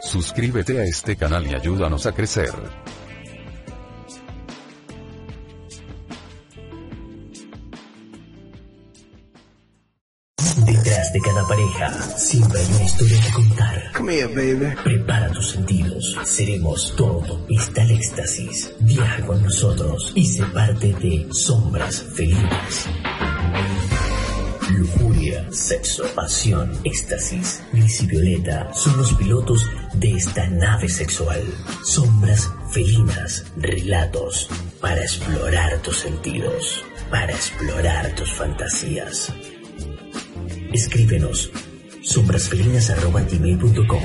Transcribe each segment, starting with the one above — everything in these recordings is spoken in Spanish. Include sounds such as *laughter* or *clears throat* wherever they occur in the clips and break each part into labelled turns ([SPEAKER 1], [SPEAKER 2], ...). [SPEAKER 1] Suscríbete a este canal y ayúdanos a crecer.
[SPEAKER 2] Detrás de cada pareja siempre hay una historia que contar.
[SPEAKER 3] Come here, baby.
[SPEAKER 2] Prepara tus sentidos. Seremos tu autopista al éxtasis. Viaja con nosotros y sé parte de Sombras Felinas. Lujuria, sexo, pasión, éxtasis. Gris y Violeta son los pilotos de esta nave sexual. Sombras felinas, relatos para explorar tus sentidos, para explorar tus fantasías. Escríbenos sombrasfelinas.com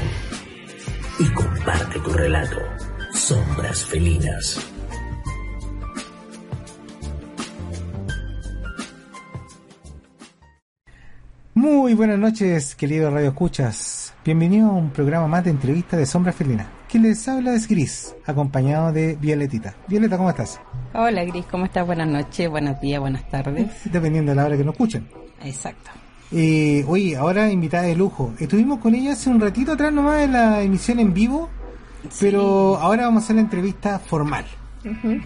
[SPEAKER 2] y comparte tu relato. Sombras felinas.
[SPEAKER 4] Muy buenas noches, queridos Radio Escuchas. Bienvenido a un programa más de entrevista de Sombra Felina. Quien les habla es Gris, acompañado de Violetita. Violeta, ¿cómo estás?
[SPEAKER 5] Hola Gris, ¿cómo estás? Buenas noches, buenos días, buenas tardes.
[SPEAKER 4] Dependiendo de la hora que nos escuchen.
[SPEAKER 5] Exacto.
[SPEAKER 4] Eh, oye, ahora invitada de lujo. Estuvimos con ella hace un ratito atrás nomás en la emisión en vivo, pero ahora vamos a hacer la entrevista formal.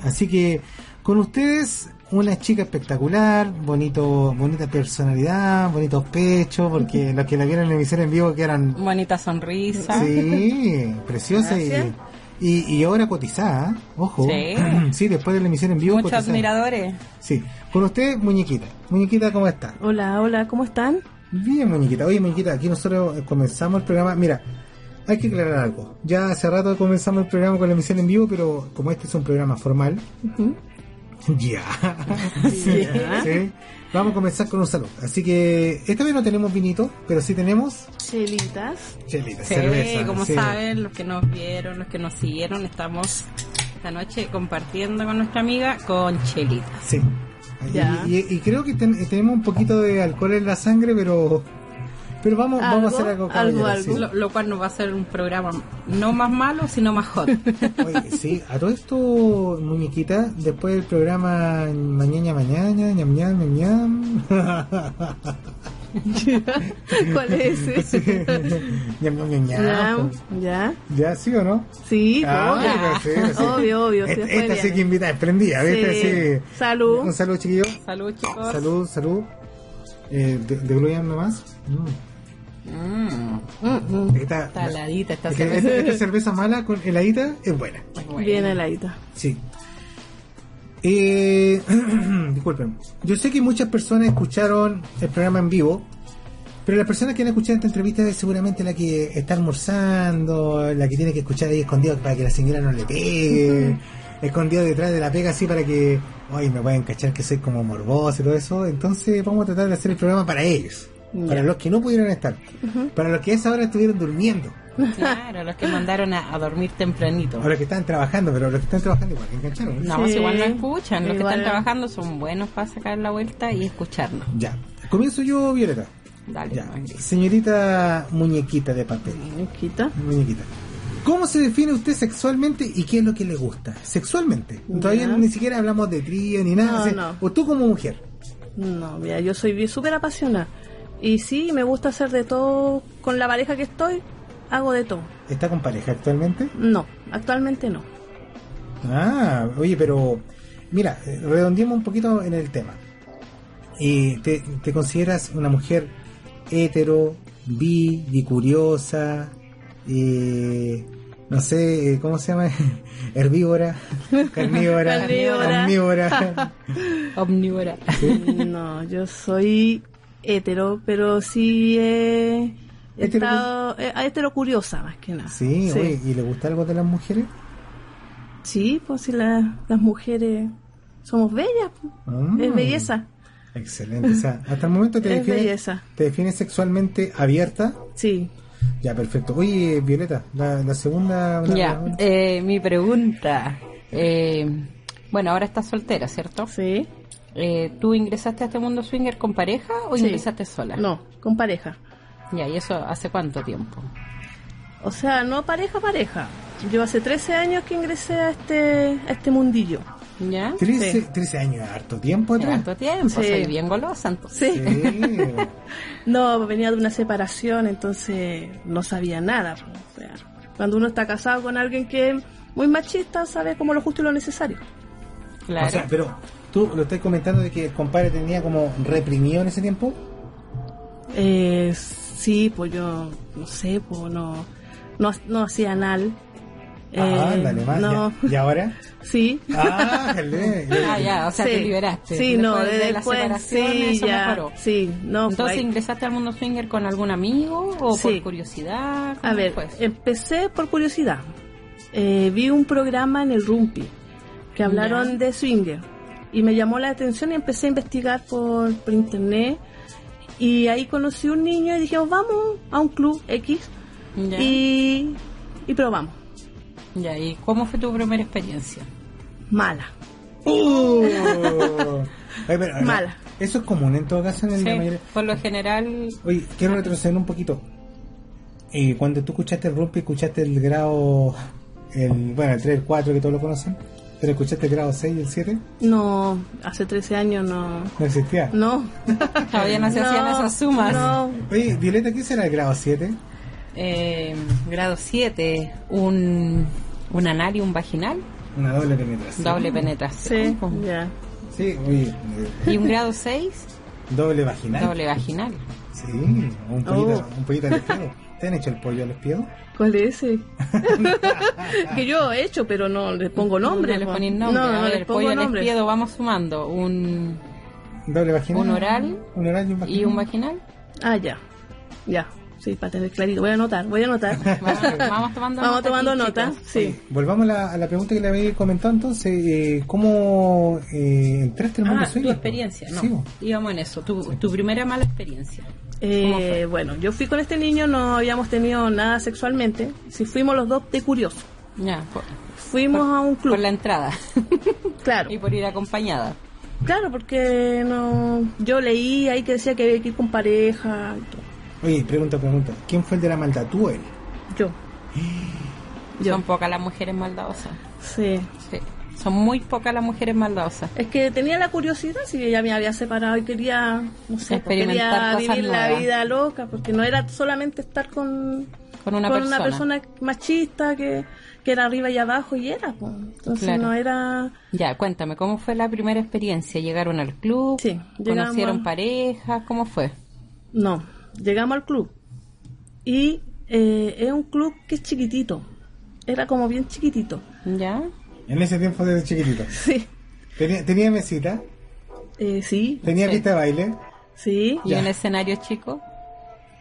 [SPEAKER 4] Así que con ustedes una chica espectacular, bonito, bonita personalidad, bonitos pechos, porque los que la vieron en la emisión en vivo quedaron
[SPEAKER 5] Bonita sonrisa. *laughs*
[SPEAKER 4] Sí, preciosa y,
[SPEAKER 5] Gracias.
[SPEAKER 4] y, y ahora cotizada, ¿eh? ojo.
[SPEAKER 5] Sí.
[SPEAKER 4] *clears throat* Sí, después de la emisión en vivo.
[SPEAKER 5] Muchos
[SPEAKER 4] cotizada.
[SPEAKER 5] admiradores.
[SPEAKER 4] Sí, con usted, muñequita. Muñequita, ¿cómo está?
[SPEAKER 6] Hola, hola, ¿cómo están?
[SPEAKER 4] Bien, muñequita. Oye, muñequita, aquí nosotros eh, comenzamos el programa. Mira, hay que aclarar algo. Ya hace rato comenzamos el programa con la emisión en vivo, pero como este es un programa formal, *laughs* ya.
[SPEAKER 5] *laughs*
[SPEAKER 4] Sí. Vamos a comenzar con un saludo. Así que esta vez no tenemos vinito, pero sí tenemos
[SPEAKER 6] Chelitas.
[SPEAKER 4] chelita,
[SPEAKER 5] Sí,
[SPEAKER 4] cerveza.
[SPEAKER 5] como
[SPEAKER 4] sí.
[SPEAKER 5] saben, los que nos vieron, los que nos siguieron, estamos esta noche compartiendo con nuestra amiga con Chelita.
[SPEAKER 4] Sí.
[SPEAKER 6] Ya.
[SPEAKER 4] Y, y- y creo que ten- tenemos un poquito de alcohol en la sangre, pero pero vamos, vamos a hacer algo
[SPEAKER 6] Algo,
[SPEAKER 4] caballero,
[SPEAKER 6] algo,
[SPEAKER 4] sí.
[SPEAKER 5] Lo, lo cual nos va a hacer un programa no más malo, sino más
[SPEAKER 4] *laughs*
[SPEAKER 5] hot.
[SPEAKER 4] Oye, sí, a todo esto, muñequita, después del programa Mañana Mañana, ñam ñam ñam ñam.
[SPEAKER 6] *laughs*
[SPEAKER 4] *laughs*
[SPEAKER 6] ¿Cuál es
[SPEAKER 4] Sí.
[SPEAKER 6] ese?
[SPEAKER 4] *laughs* ñam ñam ñam
[SPEAKER 6] ya,
[SPEAKER 4] ñam.
[SPEAKER 6] ya.
[SPEAKER 4] ¿Ya sí o no?
[SPEAKER 6] Sí,
[SPEAKER 4] pues. Ah,
[SPEAKER 6] obvio.
[SPEAKER 4] pero sí, sí.
[SPEAKER 6] Obvio, obvio, sí,
[SPEAKER 4] Esta,
[SPEAKER 6] fue
[SPEAKER 4] esta sí
[SPEAKER 6] bien.
[SPEAKER 4] que invita, es prendida, ¿viste?
[SPEAKER 6] Sí.
[SPEAKER 4] Sí.
[SPEAKER 6] Salud.
[SPEAKER 4] Un saludo, chiquillo.
[SPEAKER 5] Salud, chicos.
[SPEAKER 4] Salud, salud. Eh, de, de Gloria nomás. Mm.
[SPEAKER 5] Mm,
[SPEAKER 4] Esta-
[SPEAKER 5] está heladita esta
[SPEAKER 4] Es que
[SPEAKER 5] cerveza.
[SPEAKER 4] esta, esta cerveza mala con heladita es buena.
[SPEAKER 5] Bueno.
[SPEAKER 6] Bien heladita.
[SPEAKER 4] Sí. Eh, *clears throat* disculpen. Yo sé que muchas personas escucharon el programa en vivo, pero las personas que han escuchado esta entrevista es seguramente la que está almorzando, la que tiene que escuchar ahí escondido para que la señora no le
[SPEAKER 5] *laughs*
[SPEAKER 4] pegue, escondido detrás de la pega así para que, ay, me pueden cachar que soy como morboso y todo eso. Entonces vamos a tratar de hacer el programa para ellos, para los que no pudieron estar, para los que a esa hora estuvieron durmiendo.
[SPEAKER 5] Claro, los que mandaron a, a dormir tempranito.
[SPEAKER 4] Ahora que están trabajando, pero los que están trabajando igual, engancharon.
[SPEAKER 5] No,
[SPEAKER 6] Sí.
[SPEAKER 5] igual no escuchan. Los que
[SPEAKER 6] Igual
[SPEAKER 5] están
[SPEAKER 6] no.
[SPEAKER 5] trabajando son buenos para sacar la vuelta y escucharnos.
[SPEAKER 4] Ya. Comienzo yo, Violeta.
[SPEAKER 5] Dale,
[SPEAKER 4] Ya.
[SPEAKER 5] nomás, Gris.
[SPEAKER 4] Señorita muñequita de papel.
[SPEAKER 6] Muñequita.
[SPEAKER 4] Muñequita. ¿Cómo se define usted sexualmente y qué es lo que le gusta? Sexualmente.
[SPEAKER 6] Ya.
[SPEAKER 4] Todavía ni siquiera hablamos de trío ni nada.
[SPEAKER 6] No,
[SPEAKER 4] o sea,
[SPEAKER 6] no.
[SPEAKER 4] O tú como mujer.
[SPEAKER 6] No, mira, yo soy bien- súper apasionada. Y sí, me gusta hacer de todo. Con la pareja que estoy, hago de todo.
[SPEAKER 4] ¿Está con pareja actualmente?
[SPEAKER 6] No, actualmente no.
[SPEAKER 4] Ah, oye, pero mira, eh, redondeemos un poquito en el tema. Eh, ¿te, te consideras una mujer hetero, bi, bicuriosa, eh, no sé, ¿cómo se llama? *laughs*
[SPEAKER 6] *laughs*
[SPEAKER 4] Herbívora, carnívora,
[SPEAKER 6] Carnívora. *laughs*
[SPEAKER 4] omnívora. *laughs*
[SPEAKER 5] Omnívora.
[SPEAKER 6] No, yo soy hetero, pero sí he he
[SPEAKER 4] Hetero-
[SPEAKER 6] estado eh, hetero curiosa más que nada.
[SPEAKER 4] ¿Este Sí, oye, ¿y le gusta algo de las mujeres?
[SPEAKER 6] Sí, pues si la- las mujeres somos bellas, pues.
[SPEAKER 4] Ah.
[SPEAKER 6] es belleza.
[SPEAKER 4] Excelente, o sea, hasta el momento te
[SPEAKER 6] *laughs* Es
[SPEAKER 4] define,
[SPEAKER 6] belleza.
[SPEAKER 4] te define sexualmente abierta.
[SPEAKER 6] Sí.
[SPEAKER 4] Ya, perfecto. Oye, Violeta, la, la segunda... la-
[SPEAKER 5] Ya,
[SPEAKER 4] la-
[SPEAKER 5] eh, mi pregunta. Eh, bueno, ahora estás soltera, ¿cierto?
[SPEAKER 6] Sí.
[SPEAKER 5] Eh, ¿Tú ingresaste a este mundo swinger con pareja o
[SPEAKER 6] Sí.
[SPEAKER 5] ingresaste sola?
[SPEAKER 6] No, con pareja.
[SPEAKER 5] Ya, ¿y eso hace cuánto tiempo?
[SPEAKER 6] O sea, no pareja, pareja. Yo hace 13 años que ingresé a este, a este mundillo.
[SPEAKER 5] ¿Ya?
[SPEAKER 4] 13,
[SPEAKER 6] Sí.
[SPEAKER 4] 13 años, harto tiempo
[SPEAKER 5] Ya,
[SPEAKER 4] atrás.
[SPEAKER 5] ¿Cuánto tiempo?
[SPEAKER 6] Sí.
[SPEAKER 5] Soy bien golosa, entonces.
[SPEAKER 6] *laughs* Sí.
[SPEAKER 4] Sí.
[SPEAKER 6] No, venía de una separación, entonces no sabía nada. pues, O sea, cuando uno está casado con alguien que es muy machista, sabe como lo justo y lo necesario.
[SPEAKER 5] Claro.
[SPEAKER 4] O sea, pero tú lo estás comentando de que el compadre tenía como reprimido en ese tiempo.
[SPEAKER 6] Eh, sí, pues yo, no sé, pues no, no, no hacía anal.
[SPEAKER 4] ah,
[SPEAKER 6] Eh,
[SPEAKER 4] dale, más.
[SPEAKER 6] No,
[SPEAKER 4] *laughs* ya. ¿Y ahora?
[SPEAKER 6] *laughs* sí.
[SPEAKER 4] Ah,
[SPEAKER 6] *laughs*
[SPEAKER 4] jale.
[SPEAKER 5] Ah, ya, o sea,
[SPEAKER 6] Sí.
[SPEAKER 5] te liberaste.
[SPEAKER 6] Sí, no, eh,
[SPEAKER 5] Después de la
[SPEAKER 6] después,
[SPEAKER 5] separación,
[SPEAKER 6] sí,
[SPEAKER 5] eso
[SPEAKER 6] ya.
[SPEAKER 5] mejoró.
[SPEAKER 6] Sí, no, fue
[SPEAKER 5] Entonces,
[SPEAKER 6] ahí.
[SPEAKER 5] ¿ingresaste al mundo swinger con algún amigo o
[SPEAKER 6] Sí.
[SPEAKER 5] por curiosidad?
[SPEAKER 6] A
[SPEAKER 5] ¿Cómo
[SPEAKER 6] ver,
[SPEAKER 5] fue?
[SPEAKER 6] empecé por curiosidad. Eh, vi un programa en el Rumpi que hablaron de swinger y me llamó la atención y empecé a investigar por, por internet y ahí conocí un niño y dijimos vamos a un club X
[SPEAKER 5] ya. Y...
[SPEAKER 6] y, y probamos.
[SPEAKER 5] ya, ¿y cómo fue tu primera experiencia?
[SPEAKER 6] Mala.
[SPEAKER 4] Uh. Ay, pero, ahora,
[SPEAKER 6] Mala.
[SPEAKER 4] Eso es común en todo caso en el
[SPEAKER 5] Sí,
[SPEAKER 4] la mayoría.
[SPEAKER 5] por lo general,
[SPEAKER 4] Oye, quiero retroceder un poquito. Eh, cuando tú escuchaste el Rumpi, escuchaste el grado. El, bueno, el 3, el 4, que todos lo conocen. Pero escuchaste el grado 6 y el 7.
[SPEAKER 6] No, hace 13 años no.
[SPEAKER 4] No existía.
[SPEAKER 6] No.
[SPEAKER 5] todavía no se hacían
[SPEAKER 6] No,
[SPEAKER 5] esas sumas.
[SPEAKER 6] No.
[SPEAKER 4] Oye, Violeta, ¿qué será el grado 7?
[SPEAKER 5] Eh, grado 7, un, un anal y un vaginal,
[SPEAKER 4] Una doble penetración.
[SPEAKER 5] doble penetración.
[SPEAKER 6] Sí,
[SPEAKER 5] po.
[SPEAKER 6] ya.
[SPEAKER 4] Sí, oye, eh,
[SPEAKER 5] Y un grado 6,
[SPEAKER 4] doble vaginal.
[SPEAKER 5] doble vaginal.
[SPEAKER 4] Sí, un pollito,
[SPEAKER 6] Oh.
[SPEAKER 4] un pollito al
[SPEAKER 5] *laughs*
[SPEAKER 4] espiedo. ¿Te han hecho el pollo al espiedo?
[SPEAKER 6] ¿Cuál es ese? *laughs* que yo he hecho, pero no le pongo nombre.
[SPEAKER 5] No le
[SPEAKER 6] po.
[SPEAKER 5] ponéis nombre.
[SPEAKER 6] No, no,
[SPEAKER 5] A ver,
[SPEAKER 6] le
[SPEAKER 5] pollo
[SPEAKER 6] pongo
[SPEAKER 5] al
[SPEAKER 6] nombre.
[SPEAKER 5] espiedo, vamos sumando. Un,
[SPEAKER 4] Doble vaginal.
[SPEAKER 5] Un oral.
[SPEAKER 4] Un oral y un vaginal.
[SPEAKER 5] y un vaginal.
[SPEAKER 6] Ah, ya. Ya. Sí, para tener clarito. Voy a anotar, voy a anotar.
[SPEAKER 5] *laughs*
[SPEAKER 6] *laughs*
[SPEAKER 5] Vamos, vamos tomando
[SPEAKER 6] Vamos
[SPEAKER 5] nota,
[SPEAKER 6] tomando
[SPEAKER 5] aquí,
[SPEAKER 6] nota.
[SPEAKER 5] chicas.
[SPEAKER 6] Sí.
[SPEAKER 4] Volvamos a la, a la pregunta que le había comentado entonces. eh, ¿Cómo eh, entraste al mundo
[SPEAKER 5] Ah, tu
[SPEAKER 4] swinger?
[SPEAKER 5] experiencia, no.
[SPEAKER 4] Sí, vos.
[SPEAKER 5] Íbamos en eso, tu, tu primera mala experiencia. ¿Cómo
[SPEAKER 6] Eh,
[SPEAKER 5] fue?
[SPEAKER 6] bueno, yo fui con este niño, no habíamos tenido nada sexualmente. Si fuimos los dos de curioso.
[SPEAKER 5] Ya, por,
[SPEAKER 6] Fuimos a un club.
[SPEAKER 5] por la entrada *laughs*
[SPEAKER 6] Claro.
[SPEAKER 5] y por ir acompañada.
[SPEAKER 6] Claro, porque no. Yo leí ahí que decía que había que ir con pareja. y todo.
[SPEAKER 4] Oye, pregunta, pregunta. ¿Quién fue el de la maldad? ¿Tú o él?
[SPEAKER 6] Yo. Yo.
[SPEAKER 5] Son pocas las mujeres maldadosas.
[SPEAKER 6] Sí.
[SPEAKER 5] Sí. Son muy pocas las mujeres maldadosas.
[SPEAKER 6] Es que tenía la curiosidad si yo ya me había separado y quería, no sé, pues, quería
[SPEAKER 5] Experimentar cosas
[SPEAKER 6] vivir la
[SPEAKER 5] nuevas.
[SPEAKER 6] vida loca, porque no era solamente estar con,
[SPEAKER 5] Con una persona.
[SPEAKER 6] machista que, que era arriba y abajo y era, pues. entonces
[SPEAKER 5] Claro.
[SPEAKER 6] no era...
[SPEAKER 5] Ya, cuéntame, ¿cómo fue la primera experiencia? ¿Llegaron al club?
[SPEAKER 6] Sí, llegamos.
[SPEAKER 5] ¿Conocieron parejas? ¿Cómo fue?
[SPEAKER 6] No, llegamos al club y eh, es un club que es chiquitito, era como bien chiquitito,
[SPEAKER 5] ¿Ya?
[SPEAKER 4] En ese tiempo desde chiquitito.
[SPEAKER 6] sí,
[SPEAKER 4] Tenía, tenía mesita,
[SPEAKER 6] eh, sí,
[SPEAKER 4] tenía
[SPEAKER 5] Sí.
[SPEAKER 4] pista de baile.
[SPEAKER 6] sí,
[SPEAKER 5] ¿Y
[SPEAKER 4] Ya.
[SPEAKER 5] un escenario chico?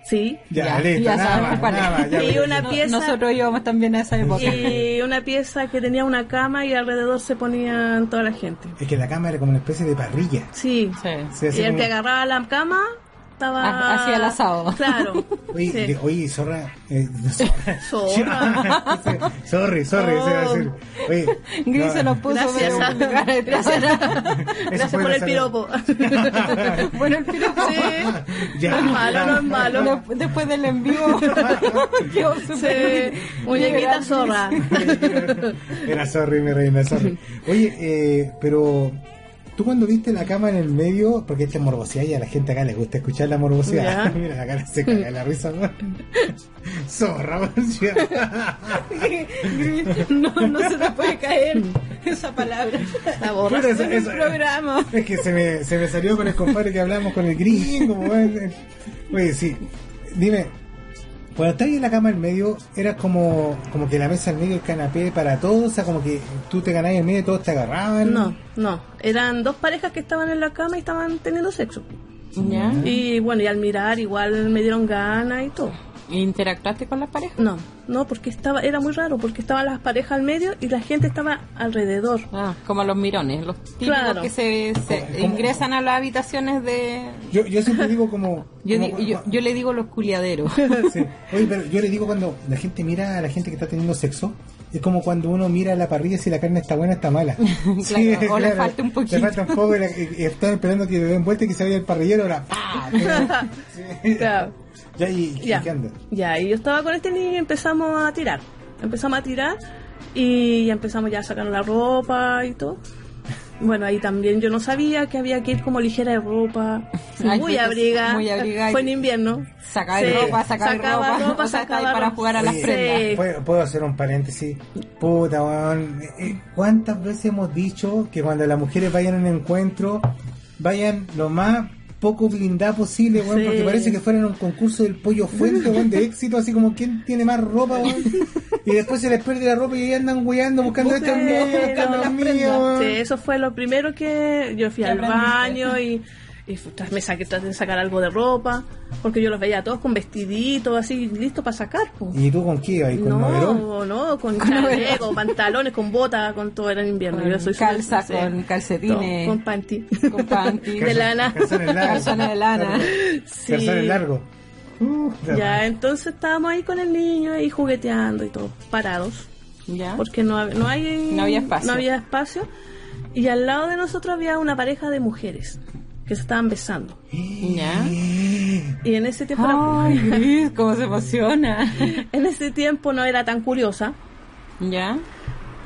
[SPEAKER 6] sí,
[SPEAKER 4] Ya,
[SPEAKER 5] Ya,
[SPEAKER 4] listo,
[SPEAKER 5] ya
[SPEAKER 4] nada
[SPEAKER 5] sabemos
[SPEAKER 4] más,
[SPEAKER 5] cuál es.
[SPEAKER 4] nada más, ya,
[SPEAKER 6] Y
[SPEAKER 4] ya,
[SPEAKER 6] una
[SPEAKER 4] ya.
[SPEAKER 6] pieza-
[SPEAKER 5] Nosotros íbamos también a esa época.
[SPEAKER 6] y
[SPEAKER 5] *laughs*
[SPEAKER 6] una pieza que tenía una cama y alrededor se ponían toda la gente.
[SPEAKER 4] Es que la cama era como una especie de parrilla.
[SPEAKER 6] Sí.
[SPEAKER 5] Sí.
[SPEAKER 4] Se
[SPEAKER 6] Y
[SPEAKER 4] hacía
[SPEAKER 6] el que
[SPEAKER 4] como-
[SPEAKER 6] agarraba la cama
[SPEAKER 5] Ha-
[SPEAKER 6] estaba.
[SPEAKER 5] hacía el asado.
[SPEAKER 6] Claro.
[SPEAKER 4] *laughs* Oye,
[SPEAKER 6] Sí.
[SPEAKER 4] de- oye, zorra. eh, zorra.
[SPEAKER 6] Zorra.
[SPEAKER 4] *laughs* sorry, sorry,
[SPEAKER 6] Oh.
[SPEAKER 4] se va a decir. Oye,
[SPEAKER 5] Gris
[SPEAKER 4] no,
[SPEAKER 5] se lo puso
[SPEAKER 6] Gracias.
[SPEAKER 5] pero con cara de trasera.
[SPEAKER 4] eso
[SPEAKER 6] Gracias
[SPEAKER 4] fue
[SPEAKER 6] por
[SPEAKER 4] la
[SPEAKER 6] el
[SPEAKER 4] salud.
[SPEAKER 6] piropo.
[SPEAKER 4] *laughs*
[SPEAKER 5] Bueno, el piropo.
[SPEAKER 6] sí.
[SPEAKER 4] Ya.
[SPEAKER 6] No es malo, no es malo.
[SPEAKER 5] Dep- Después
[SPEAKER 4] *laughs*
[SPEAKER 5] del envío. quedó súper-
[SPEAKER 6] Sí. Muñequita zorra.
[SPEAKER 4] Era sorry, mi reina, sorry. Oye, eh, pero tú cuando viste la cama en el medio, porque esta es morbosidad y a la gente acá les gusta escuchar la morbosidad.
[SPEAKER 6] Ya.
[SPEAKER 4] *laughs* Mira, la cara se caga de la risa. ¿no? Zorra, morbosidad.
[SPEAKER 5] *laughs* No, no se te puede caer esa palabra.
[SPEAKER 6] La
[SPEAKER 4] Puta,
[SPEAKER 6] borraste
[SPEAKER 4] eso-
[SPEAKER 6] del
[SPEAKER 4] eso-
[SPEAKER 6] programa.
[SPEAKER 4] *laughs* Es que se me, se me salió *laughs* con el compadre que hablamos con el gringo. weón. Oye, sí. Dime, Cuando estás ahí en la cama en medio, era como, como que la mesa en medio, el canapé para todos, o sea, como que tú te ganabas en medio y todos te agarraban.
[SPEAKER 6] No, no. Eran dos parejas que estaban en la cama y estaban teniendo sexo.
[SPEAKER 5] ¿Ya?
[SPEAKER 6] Y bueno, y al mirar igual me dieron ganas y todo.
[SPEAKER 5] ¿E ¿Interactuaste con las parejas?
[SPEAKER 6] No, no, porque estaba, era muy raro, porque estaban las parejas al medio y la gente estaba alrededor. *laughs*
[SPEAKER 5] Ah, como los mirones, los típicos
[SPEAKER 6] Claro.
[SPEAKER 5] que se, se
[SPEAKER 4] Como- como-
[SPEAKER 5] ingresan a las habitaciones de...
[SPEAKER 4] Yo, yo siempre digo como...
[SPEAKER 5] *laughs* Yo,
[SPEAKER 4] como-
[SPEAKER 5] di- yo, yo le digo los culiaderos.
[SPEAKER 4] *laughs* Sí. Oye, pero yo le digo cuando la gente mira a la gente que está teniendo sexo, es como cuando uno mira la parrilla si la carne está buena o está
[SPEAKER 5] *laughs*
[SPEAKER 4] mala.
[SPEAKER 5] Claro, o le falta un poquito.
[SPEAKER 4] Le falta un poco y, la- y- y están esperando que le den vuelta y que se vaya el parrillero. Ahora, ¡pah! Sí.
[SPEAKER 6] Claro.
[SPEAKER 4] Ya, y, y
[SPEAKER 6] Ya.
[SPEAKER 4] ¿qué onda?
[SPEAKER 6] Ya, y yo estaba con este niño y empezamos a tirar. Empezamos a tirar y ya empezamos ya a sacar la ropa y todo. Bueno, ahí también yo no sabía que había que ir como ligera de ropa,
[SPEAKER 5] Ay,
[SPEAKER 6] muy
[SPEAKER 5] fue-
[SPEAKER 6] abriga.
[SPEAKER 5] muy abrigada.
[SPEAKER 6] Fue en invierno.
[SPEAKER 5] Sacar
[SPEAKER 6] Sí,
[SPEAKER 5] ropa, sacar
[SPEAKER 6] sacaba
[SPEAKER 5] ropa, *laughs*
[SPEAKER 6] ropa,
[SPEAKER 5] o sea, está ahí
[SPEAKER 6] sacaba
[SPEAKER 5] para
[SPEAKER 6] ropa.
[SPEAKER 5] jugar a las
[SPEAKER 6] Sí.
[SPEAKER 5] prendas.
[SPEAKER 4] ¿Puedo, puedo hacer un paréntesis. Puta, weón. Eh, eh, ¿Cuántas veces hemos dicho que cuando las mujeres vayan a un encuentro, vayan lo más poco blindada posible, weón?
[SPEAKER 6] Sí.
[SPEAKER 4] Porque parece que fueran a un concurso del pollo fuente, weón, de éxito, así como quién tiene más ropa, weón. Y después se les pierde la ropa y ahí andan weando, buscando esta mía, buscando la mía,
[SPEAKER 6] Sí,
[SPEAKER 4] weón.
[SPEAKER 6] eso fue lo primero que yo fui
[SPEAKER 5] ¿Qué
[SPEAKER 6] al
[SPEAKER 5] aprendiste?
[SPEAKER 6] baño y, y fu- tras- me saqué, traté de sacar algo de ropa, porque yo los veía a todos con vestiditos así, listos para sacar. po.
[SPEAKER 4] ¿Y tú con qué ibas? ¿Y ¿Con novelón?
[SPEAKER 6] No, no, con chaleco, pantalones, con botas, con todo, era en invierno.
[SPEAKER 5] Con
[SPEAKER 6] yo soy
[SPEAKER 5] calza,
[SPEAKER 6] súper-
[SPEAKER 5] con calcetines.
[SPEAKER 6] todo, Con panty.
[SPEAKER 5] Con panty.
[SPEAKER 6] *laughs* De
[SPEAKER 4] *laughs*
[SPEAKER 6] lana.
[SPEAKER 4] Calzones largos.
[SPEAKER 5] Calzones de lana.
[SPEAKER 6] Sí.
[SPEAKER 4] Calzones largos. Uh,
[SPEAKER 6] Ya, entonces estábamos ahí con el niño y jugueteando y todo, parados,
[SPEAKER 5] ¿Ya?
[SPEAKER 6] porque no, hab- no, hay,
[SPEAKER 5] Ah. No había espacio.
[SPEAKER 6] no había espacio. Y al lado de nosotros había una pareja de mujeres que se estaban besando.
[SPEAKER 5] ¿Ya?
[SPEAKER 6] Y en ese
[SPEAKER 5] Ah.
[SPEAKER 6] tiempo, la-
[SPEAKER 5] Ay, Luis, cómo se emociona.
[SPEAKER 6] *laughs* en ese tiempo no era tan curiosa.
[SPEAKER 5] ¿Ya?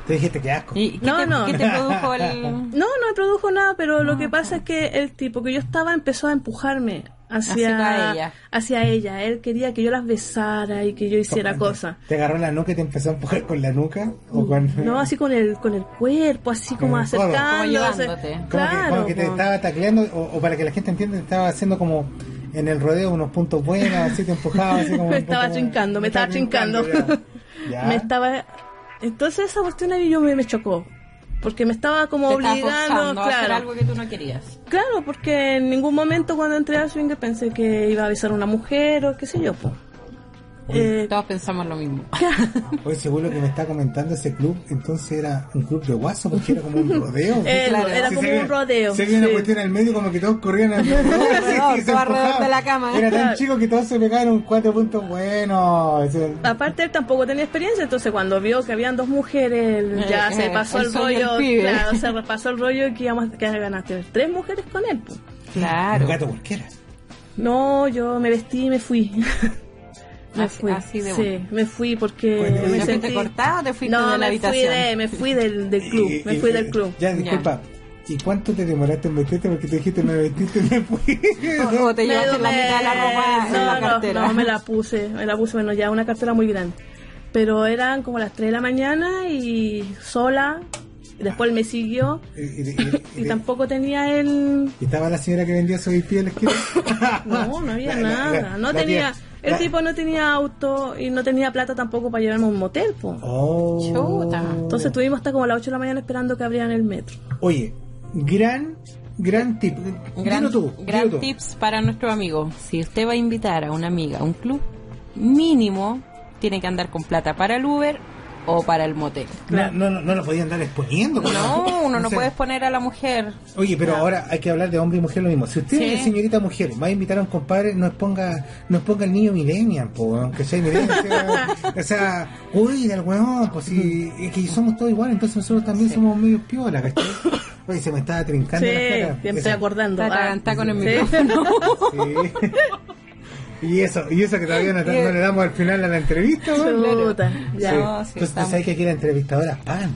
[SPEAKER 4] Te dijiste que asco.
[SPEAKER 5] ¿Y qué,
[SPEAKER 6] No,
[SPEAKER 5] te,
[SPEAKER 6] no.
[SPEAKER 5] qué te produjo
[SPEAKER 6] *laughs*
[SPEAKER 5] el...?
[SPEAKER 6] No, no me produjo nada, pero lo
[SPEAKER 5] Ah.
[SPEAKER 6] que pasa es que el tipo que yo estaba empezó a empujarme
[SPEAKER 5] Hacia
[SPEAKER 6] hacia,
[SPEAKER 5] ella.
[SPEAKER 6] hacia ella. Él quería que yo las besara y que yo hiciera cosas.
[SPEAKER 4] ¿Te agarró la nuca y te empezó a empujar con la nuca? ¿O con.?
[SPEAKER 6] Mm. No, así con el con el cuerpo, así
[SPEAKER 4] Con
[SPEAKER 6] como
[SPEAKER 4] el codo.
[SPEAKER 6] acercándose.
[SPEAKER 5] Como llevándote.
[SPEAKER 4] Como, que,
[SPEAKER 6] Claro.
[SPEAKER 4] como que te
[SPEAKER 6] po.
[SPEAKER 4] estaba tacleando, o, o para que la gente entienda, te estaba haciendo como en el rodeo unos puntos buenos, así te empujaba,
[SPEAKER 6] *laughs*
[SPEAKER 4] así como.
[SPEAKER 6] Me estaba
[SPEAKER 4] como-
[SPEAKER 6] trincando, me estaba trincando.
[SPEAKER 4] Ya.
[SPEAKER 6] *laughs* Me estaba entonces esa cuestión ahí yo me, me chocó, porque me estaba como
[SPEAKER 5] Te estás
[SPEAKER 6] obligando,
[SPEAKER 5] forzando a hacer
[SPEAKER 6] claro.
[SPEAKER 5] algo que tú no querías.
[SPEAKER 6] Claro, porque en ningún momento cuando entré al swing pensé que iba a besar a una mujer o qué sé yo, po. Eh,
[SPEAKER 5] Todos pensamos lo
[SPEAKER 6] *laughs*
[SPEAKER 5] mismo.
[SPEAKER 4] Oye, según lo que me está comentando ese club, entonces era un club de guaso, porque era como un
[SPEAKER 6] *laughs*
[SPEAKER 4] rodeo.
[SPEAKER 6] Era-
[SPEAKER 5] claro.
[SPEAKER 6] Eh, era
[SPEAKER 4] Sí,
[SPEAKER 6] como
[SPEAKER 4] se ve-
[SPEAKER 6] un rodeo.
[SPEAKER 4] Se veía una
[SPEAKER 6] sí.
[SPEAKER 4] cuestión al medio, como que todos corrían
[SPEAKER 6] *laughs*
[SPEAKER 4] alrededor, así,
[SPEAKER 5] Alrededor,
[SPEAKER 4] y se
[SPEAKER 5] todo alrededor
[SPEAKER 4] empujaban.
[SPEAKER 5] de la cama.
[SPEAKER 4] Era tan
[SPEAKER 6] Claro.
[SPEAKER 4] chico que todos se pegaron un cuatro puntos buenos. ese-
[SPEAKER 6] Aparte él tampoco tenía experiencia, entonces cuando vio que habían dos mujeres, él ya
[SPEAKER 5] Eh, eh,
[SPEAKER 6] se pasó
[SPEAKER 5] el
[SPEAKER 6] el,
[SPEAKER 5] sueño del
[SPEAKER 6] rollo,
[SPEAKER 5] pibe. *laughs*
[SPEAKER 6] claro, se repasó el rollo que íbamos a quedar ganaste tres mujeres con él. po.
[SPEAKER 4] Un
[SPEAKER 5] Claro.
[SPEAKER 4] gato cualquiera.
[SPEAKER 6] No, yo me vestí y me fui. *laughs* me
[SPEAKER 5] Así-
[SPEAKER 6] fui.
[SPEAKER 5] así de
[SPEAKER 6] sí,
[SPEAKER 5] bueno.
[SPEAKER 6] me fui porque
[SPEAKER 4] Bueno,
[SPEAKER 6] me
[SPEAKER 4] ¿pero
[SPEAKER 5] fuiste
[SPEAKER 6] sentí
[SPEAKER 5] cortada o te fuiste
[SPEAKER 6] no,
[SPEAKER 5] de la
[SPEAKER 6] me
[SPEAKER 5] habitación?
[SPEAKER 6] Fui de, me fui del, del club,
[SPEAKER 4] Y-
[SPEAKER 6] me
[SPEAKER 4] y-
[SPEAKER 6] fui
[SPEAKER 4] y-
[SPEAKER 6] del club.
[SPEAKER 4] Eh, Ya, disculpa. ¿Y cuánto te demoraste en meterte? Porque te dijiste, me Eh, vestiste
[SPEAKER 6] *laughs*
[SPEAKER 4] después.
[SPEAKER 5] O, o te llevaste
[SPEAKER 6] Me
[SPEAKER 5] la
[SPEAKER 6] dudé.
[SPEAKER 5] mitad de la ropa
[SPEAKER 6] no,
[SPEAKER 5] en la
[SPEAKER 6] no,
[SPEAKER 5] cartera.
[SPEAKER 6] No, me la puse, me la puse, bueno, ya una cartera muy grande. Pero eran como las 3 de la mañana y sola, y después él me siguió
[SPEAKER 4] Y, y- y-
[SPEAKER 6] y
[SPEAKER 4] y-
[SPEAKER 6] tampoco tenía él...
[SPEAKER 4] eh, y estaba la señora que vendía soy pie en la esquina.
[SPEAKER 6] *laughs* No, no había
[SPEAKER 4] Ah, La- la-
[SPEAKER 6] nada,
[SPEAKER 4] la-
[SPEAKER 6] no
[SPEAKER 4] la
[SPEAKER 6] tenía...
[SPEAKER 4] tía-
[SPEAKER 6] El
[SPEAKER 4] la-
[SPEAKER 6] tipo no tenía auto y no tenía plata tampoco para llevarme a un motel, po.
[SPEAKER 4] Oh.
[SPEAKER 5] Chuta.
[SPEAKER 6] Entonces tuvimos hasta como las 8 de la mañana esperando que abrieran el metro.
[SPEAKER 4] Oye, gran, gran tip.
[SPEAKER 5] Gran,
[SPEAKER 4] dilo tú.
[SPEAKER 5] gran
[SPEAKER 4] dilo tú.
[SPEAKER 5] tips para nuestro amigo. Si usted va a invitar a una amiga a un club, mínimo tiene que andar con plata para el Uber o para el motel.
[SPEAKER 4] No, no, no, no lo podían andar exponiendo. como-
[SPEAKER 5] No, uno no
[SPEAKER 4] sé.
[SPEAKER 5] puede exponer a la mujer.
[SPEAKER 4] Oye, pero ahora hay que hablar de hombre y mujer lo mismo. Si usted,
[SPEAKER 5] Sí.
[SPEAKER 4] señorita mujer, va a invitar a un compadre, no exponga, no exponga el niño millennial, po, aunque sea millennial. sea- o sea, cuida al weón, pues si es que somos todos iguales, entonces nosotros también somos medio piola, ¿cachai? Oye, se me estaba trincando
[SPEAKER 6] Sí,
[SPEAKER 4] la cara.
[SPEAKER 6] ya me estoy acordando.
[SPEAKER 5] Está
[SPEAKER 6] ah.
[SPEAKER 5] atragantada con el
[SPEAKER 6] Sí.
[SPEAKER 5] micrófono.
[SPEAKER 6] *laughs*
[SPEAKER 4] Sí. Y eso, y eso que todavía no, no le damos al final a la entrevista, weón.
[SPEAKER 6] Chuta, ya. Ah,
[SPEAKER 5] No, sí,
[SPEAKER 4] Entonces,
[SPEAKER 5] estamos-
[SPEAKER 4] ¿sabes que aquí la entrevistadora pan?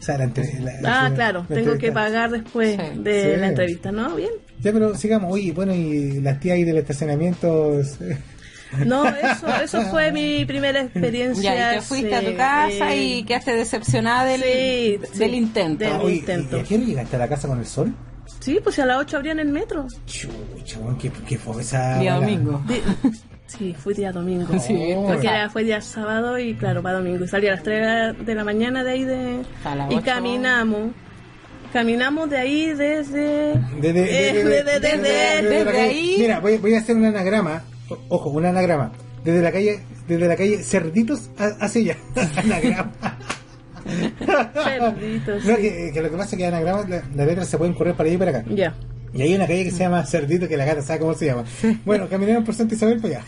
[SPEAKER 4] O sea, la entre- la- la-
[SPEAKER 6] Ah,
[SPEAKER 4] la-
[SPEAKER 6] claro,
[SPEAKER 4] la
[SPEAKER 6] tengo que
[SPEAKER 4] entrevista.
[SPEAKER 6] pagar después
[SPEAKER 5] Sí.
[SPEAKER 6] de
[SPEAKER 4] Sí.
[SPEAKER 6] la entrevista, ¿no? Bien.
[SPEAKER 4] Ya, pero sigamos. Oye, bueno, y las tías ahí del estacionamiento.
[SPEAKER 6] No, eso, eso fue mi primera experiencia.
[SPEAKER 5] *laughs* Ya, y te fuiste a
[SPEAKER 6] sí,
[SPEAKER 5] tu casa
[SPEAKER 6] eh,
[SPEAKER 5] y quedaste decepcionada del,
[SPEAKER 6] Sí, sí.
[SPEAKER 5] del intento.
[SPEAKER 6] Del-
[SPEAKER 4] ah, Oye,
[SPEAKER 6] intento.
[SPEAKER 4] ¿Y a qué hora llegaste a la casa con el sol?
[SPEAKER 6] Sí, pues a las 8 abrían el metro.
[SPEAKER 4] Chucha, weón, qué, qué fue esa.
[SPEAKER 5] Día
[SPEAKER 4] la- *laughs*
[SPEAKER 5] domingo.
[SPEAKER 6] Di- Sí, fue día domingo.
[SPEAKER 4] Sí,
[SPEAKER 6] Porque
[SPEAKER 4] claro.
[SPEAKER 6] era- fue día sábado y claro, para domingo. Y salí a las 3 de la- de la mañana de ahí de...
[SPEAKER 5] A las
[SPEAKER 6] Y
[SPEAKER 5] ocho.
[SPEAKER 6] caminamos. Caminamos de ahí desde...
[SPEAKER 4] De- de- de-
[SPEAKER 6] eh,
[SPEAKER 4] de-
[SPEAKER 6] de-
[SPEAKER 4] de-
[SPEAKER 6] de-
[SPEAKER 4] de-
[SPEAKER 6] desde-
[SPEAKER 4] de- de la
[SPEAKER 5] desde
[SPEAKER 4] calle-
[SPEAKER 5] ahí.
[SPEAKER 4] Mira, voy, voy a hacer un anagrama. O- Ojo, un anagrama. Desde la calle, desde la calle Cerditos a- hacia allá. *laughs* anagrama.
[SPEAKER 6] Cerditos,
[SPEAKER 4] No,
[SPEAKER 6] sí.
[SPEAKER 4] que, que lo que pasa es que anagramas, la- las letras se pueden correr para allá y para acá.
[SPEAKER 6] Ya.
[SPEAKER 4] Y hay una calle que se llama Cerdito, que la gata sabe cómo se llama. Bueno, caminaron por Santa Isabel para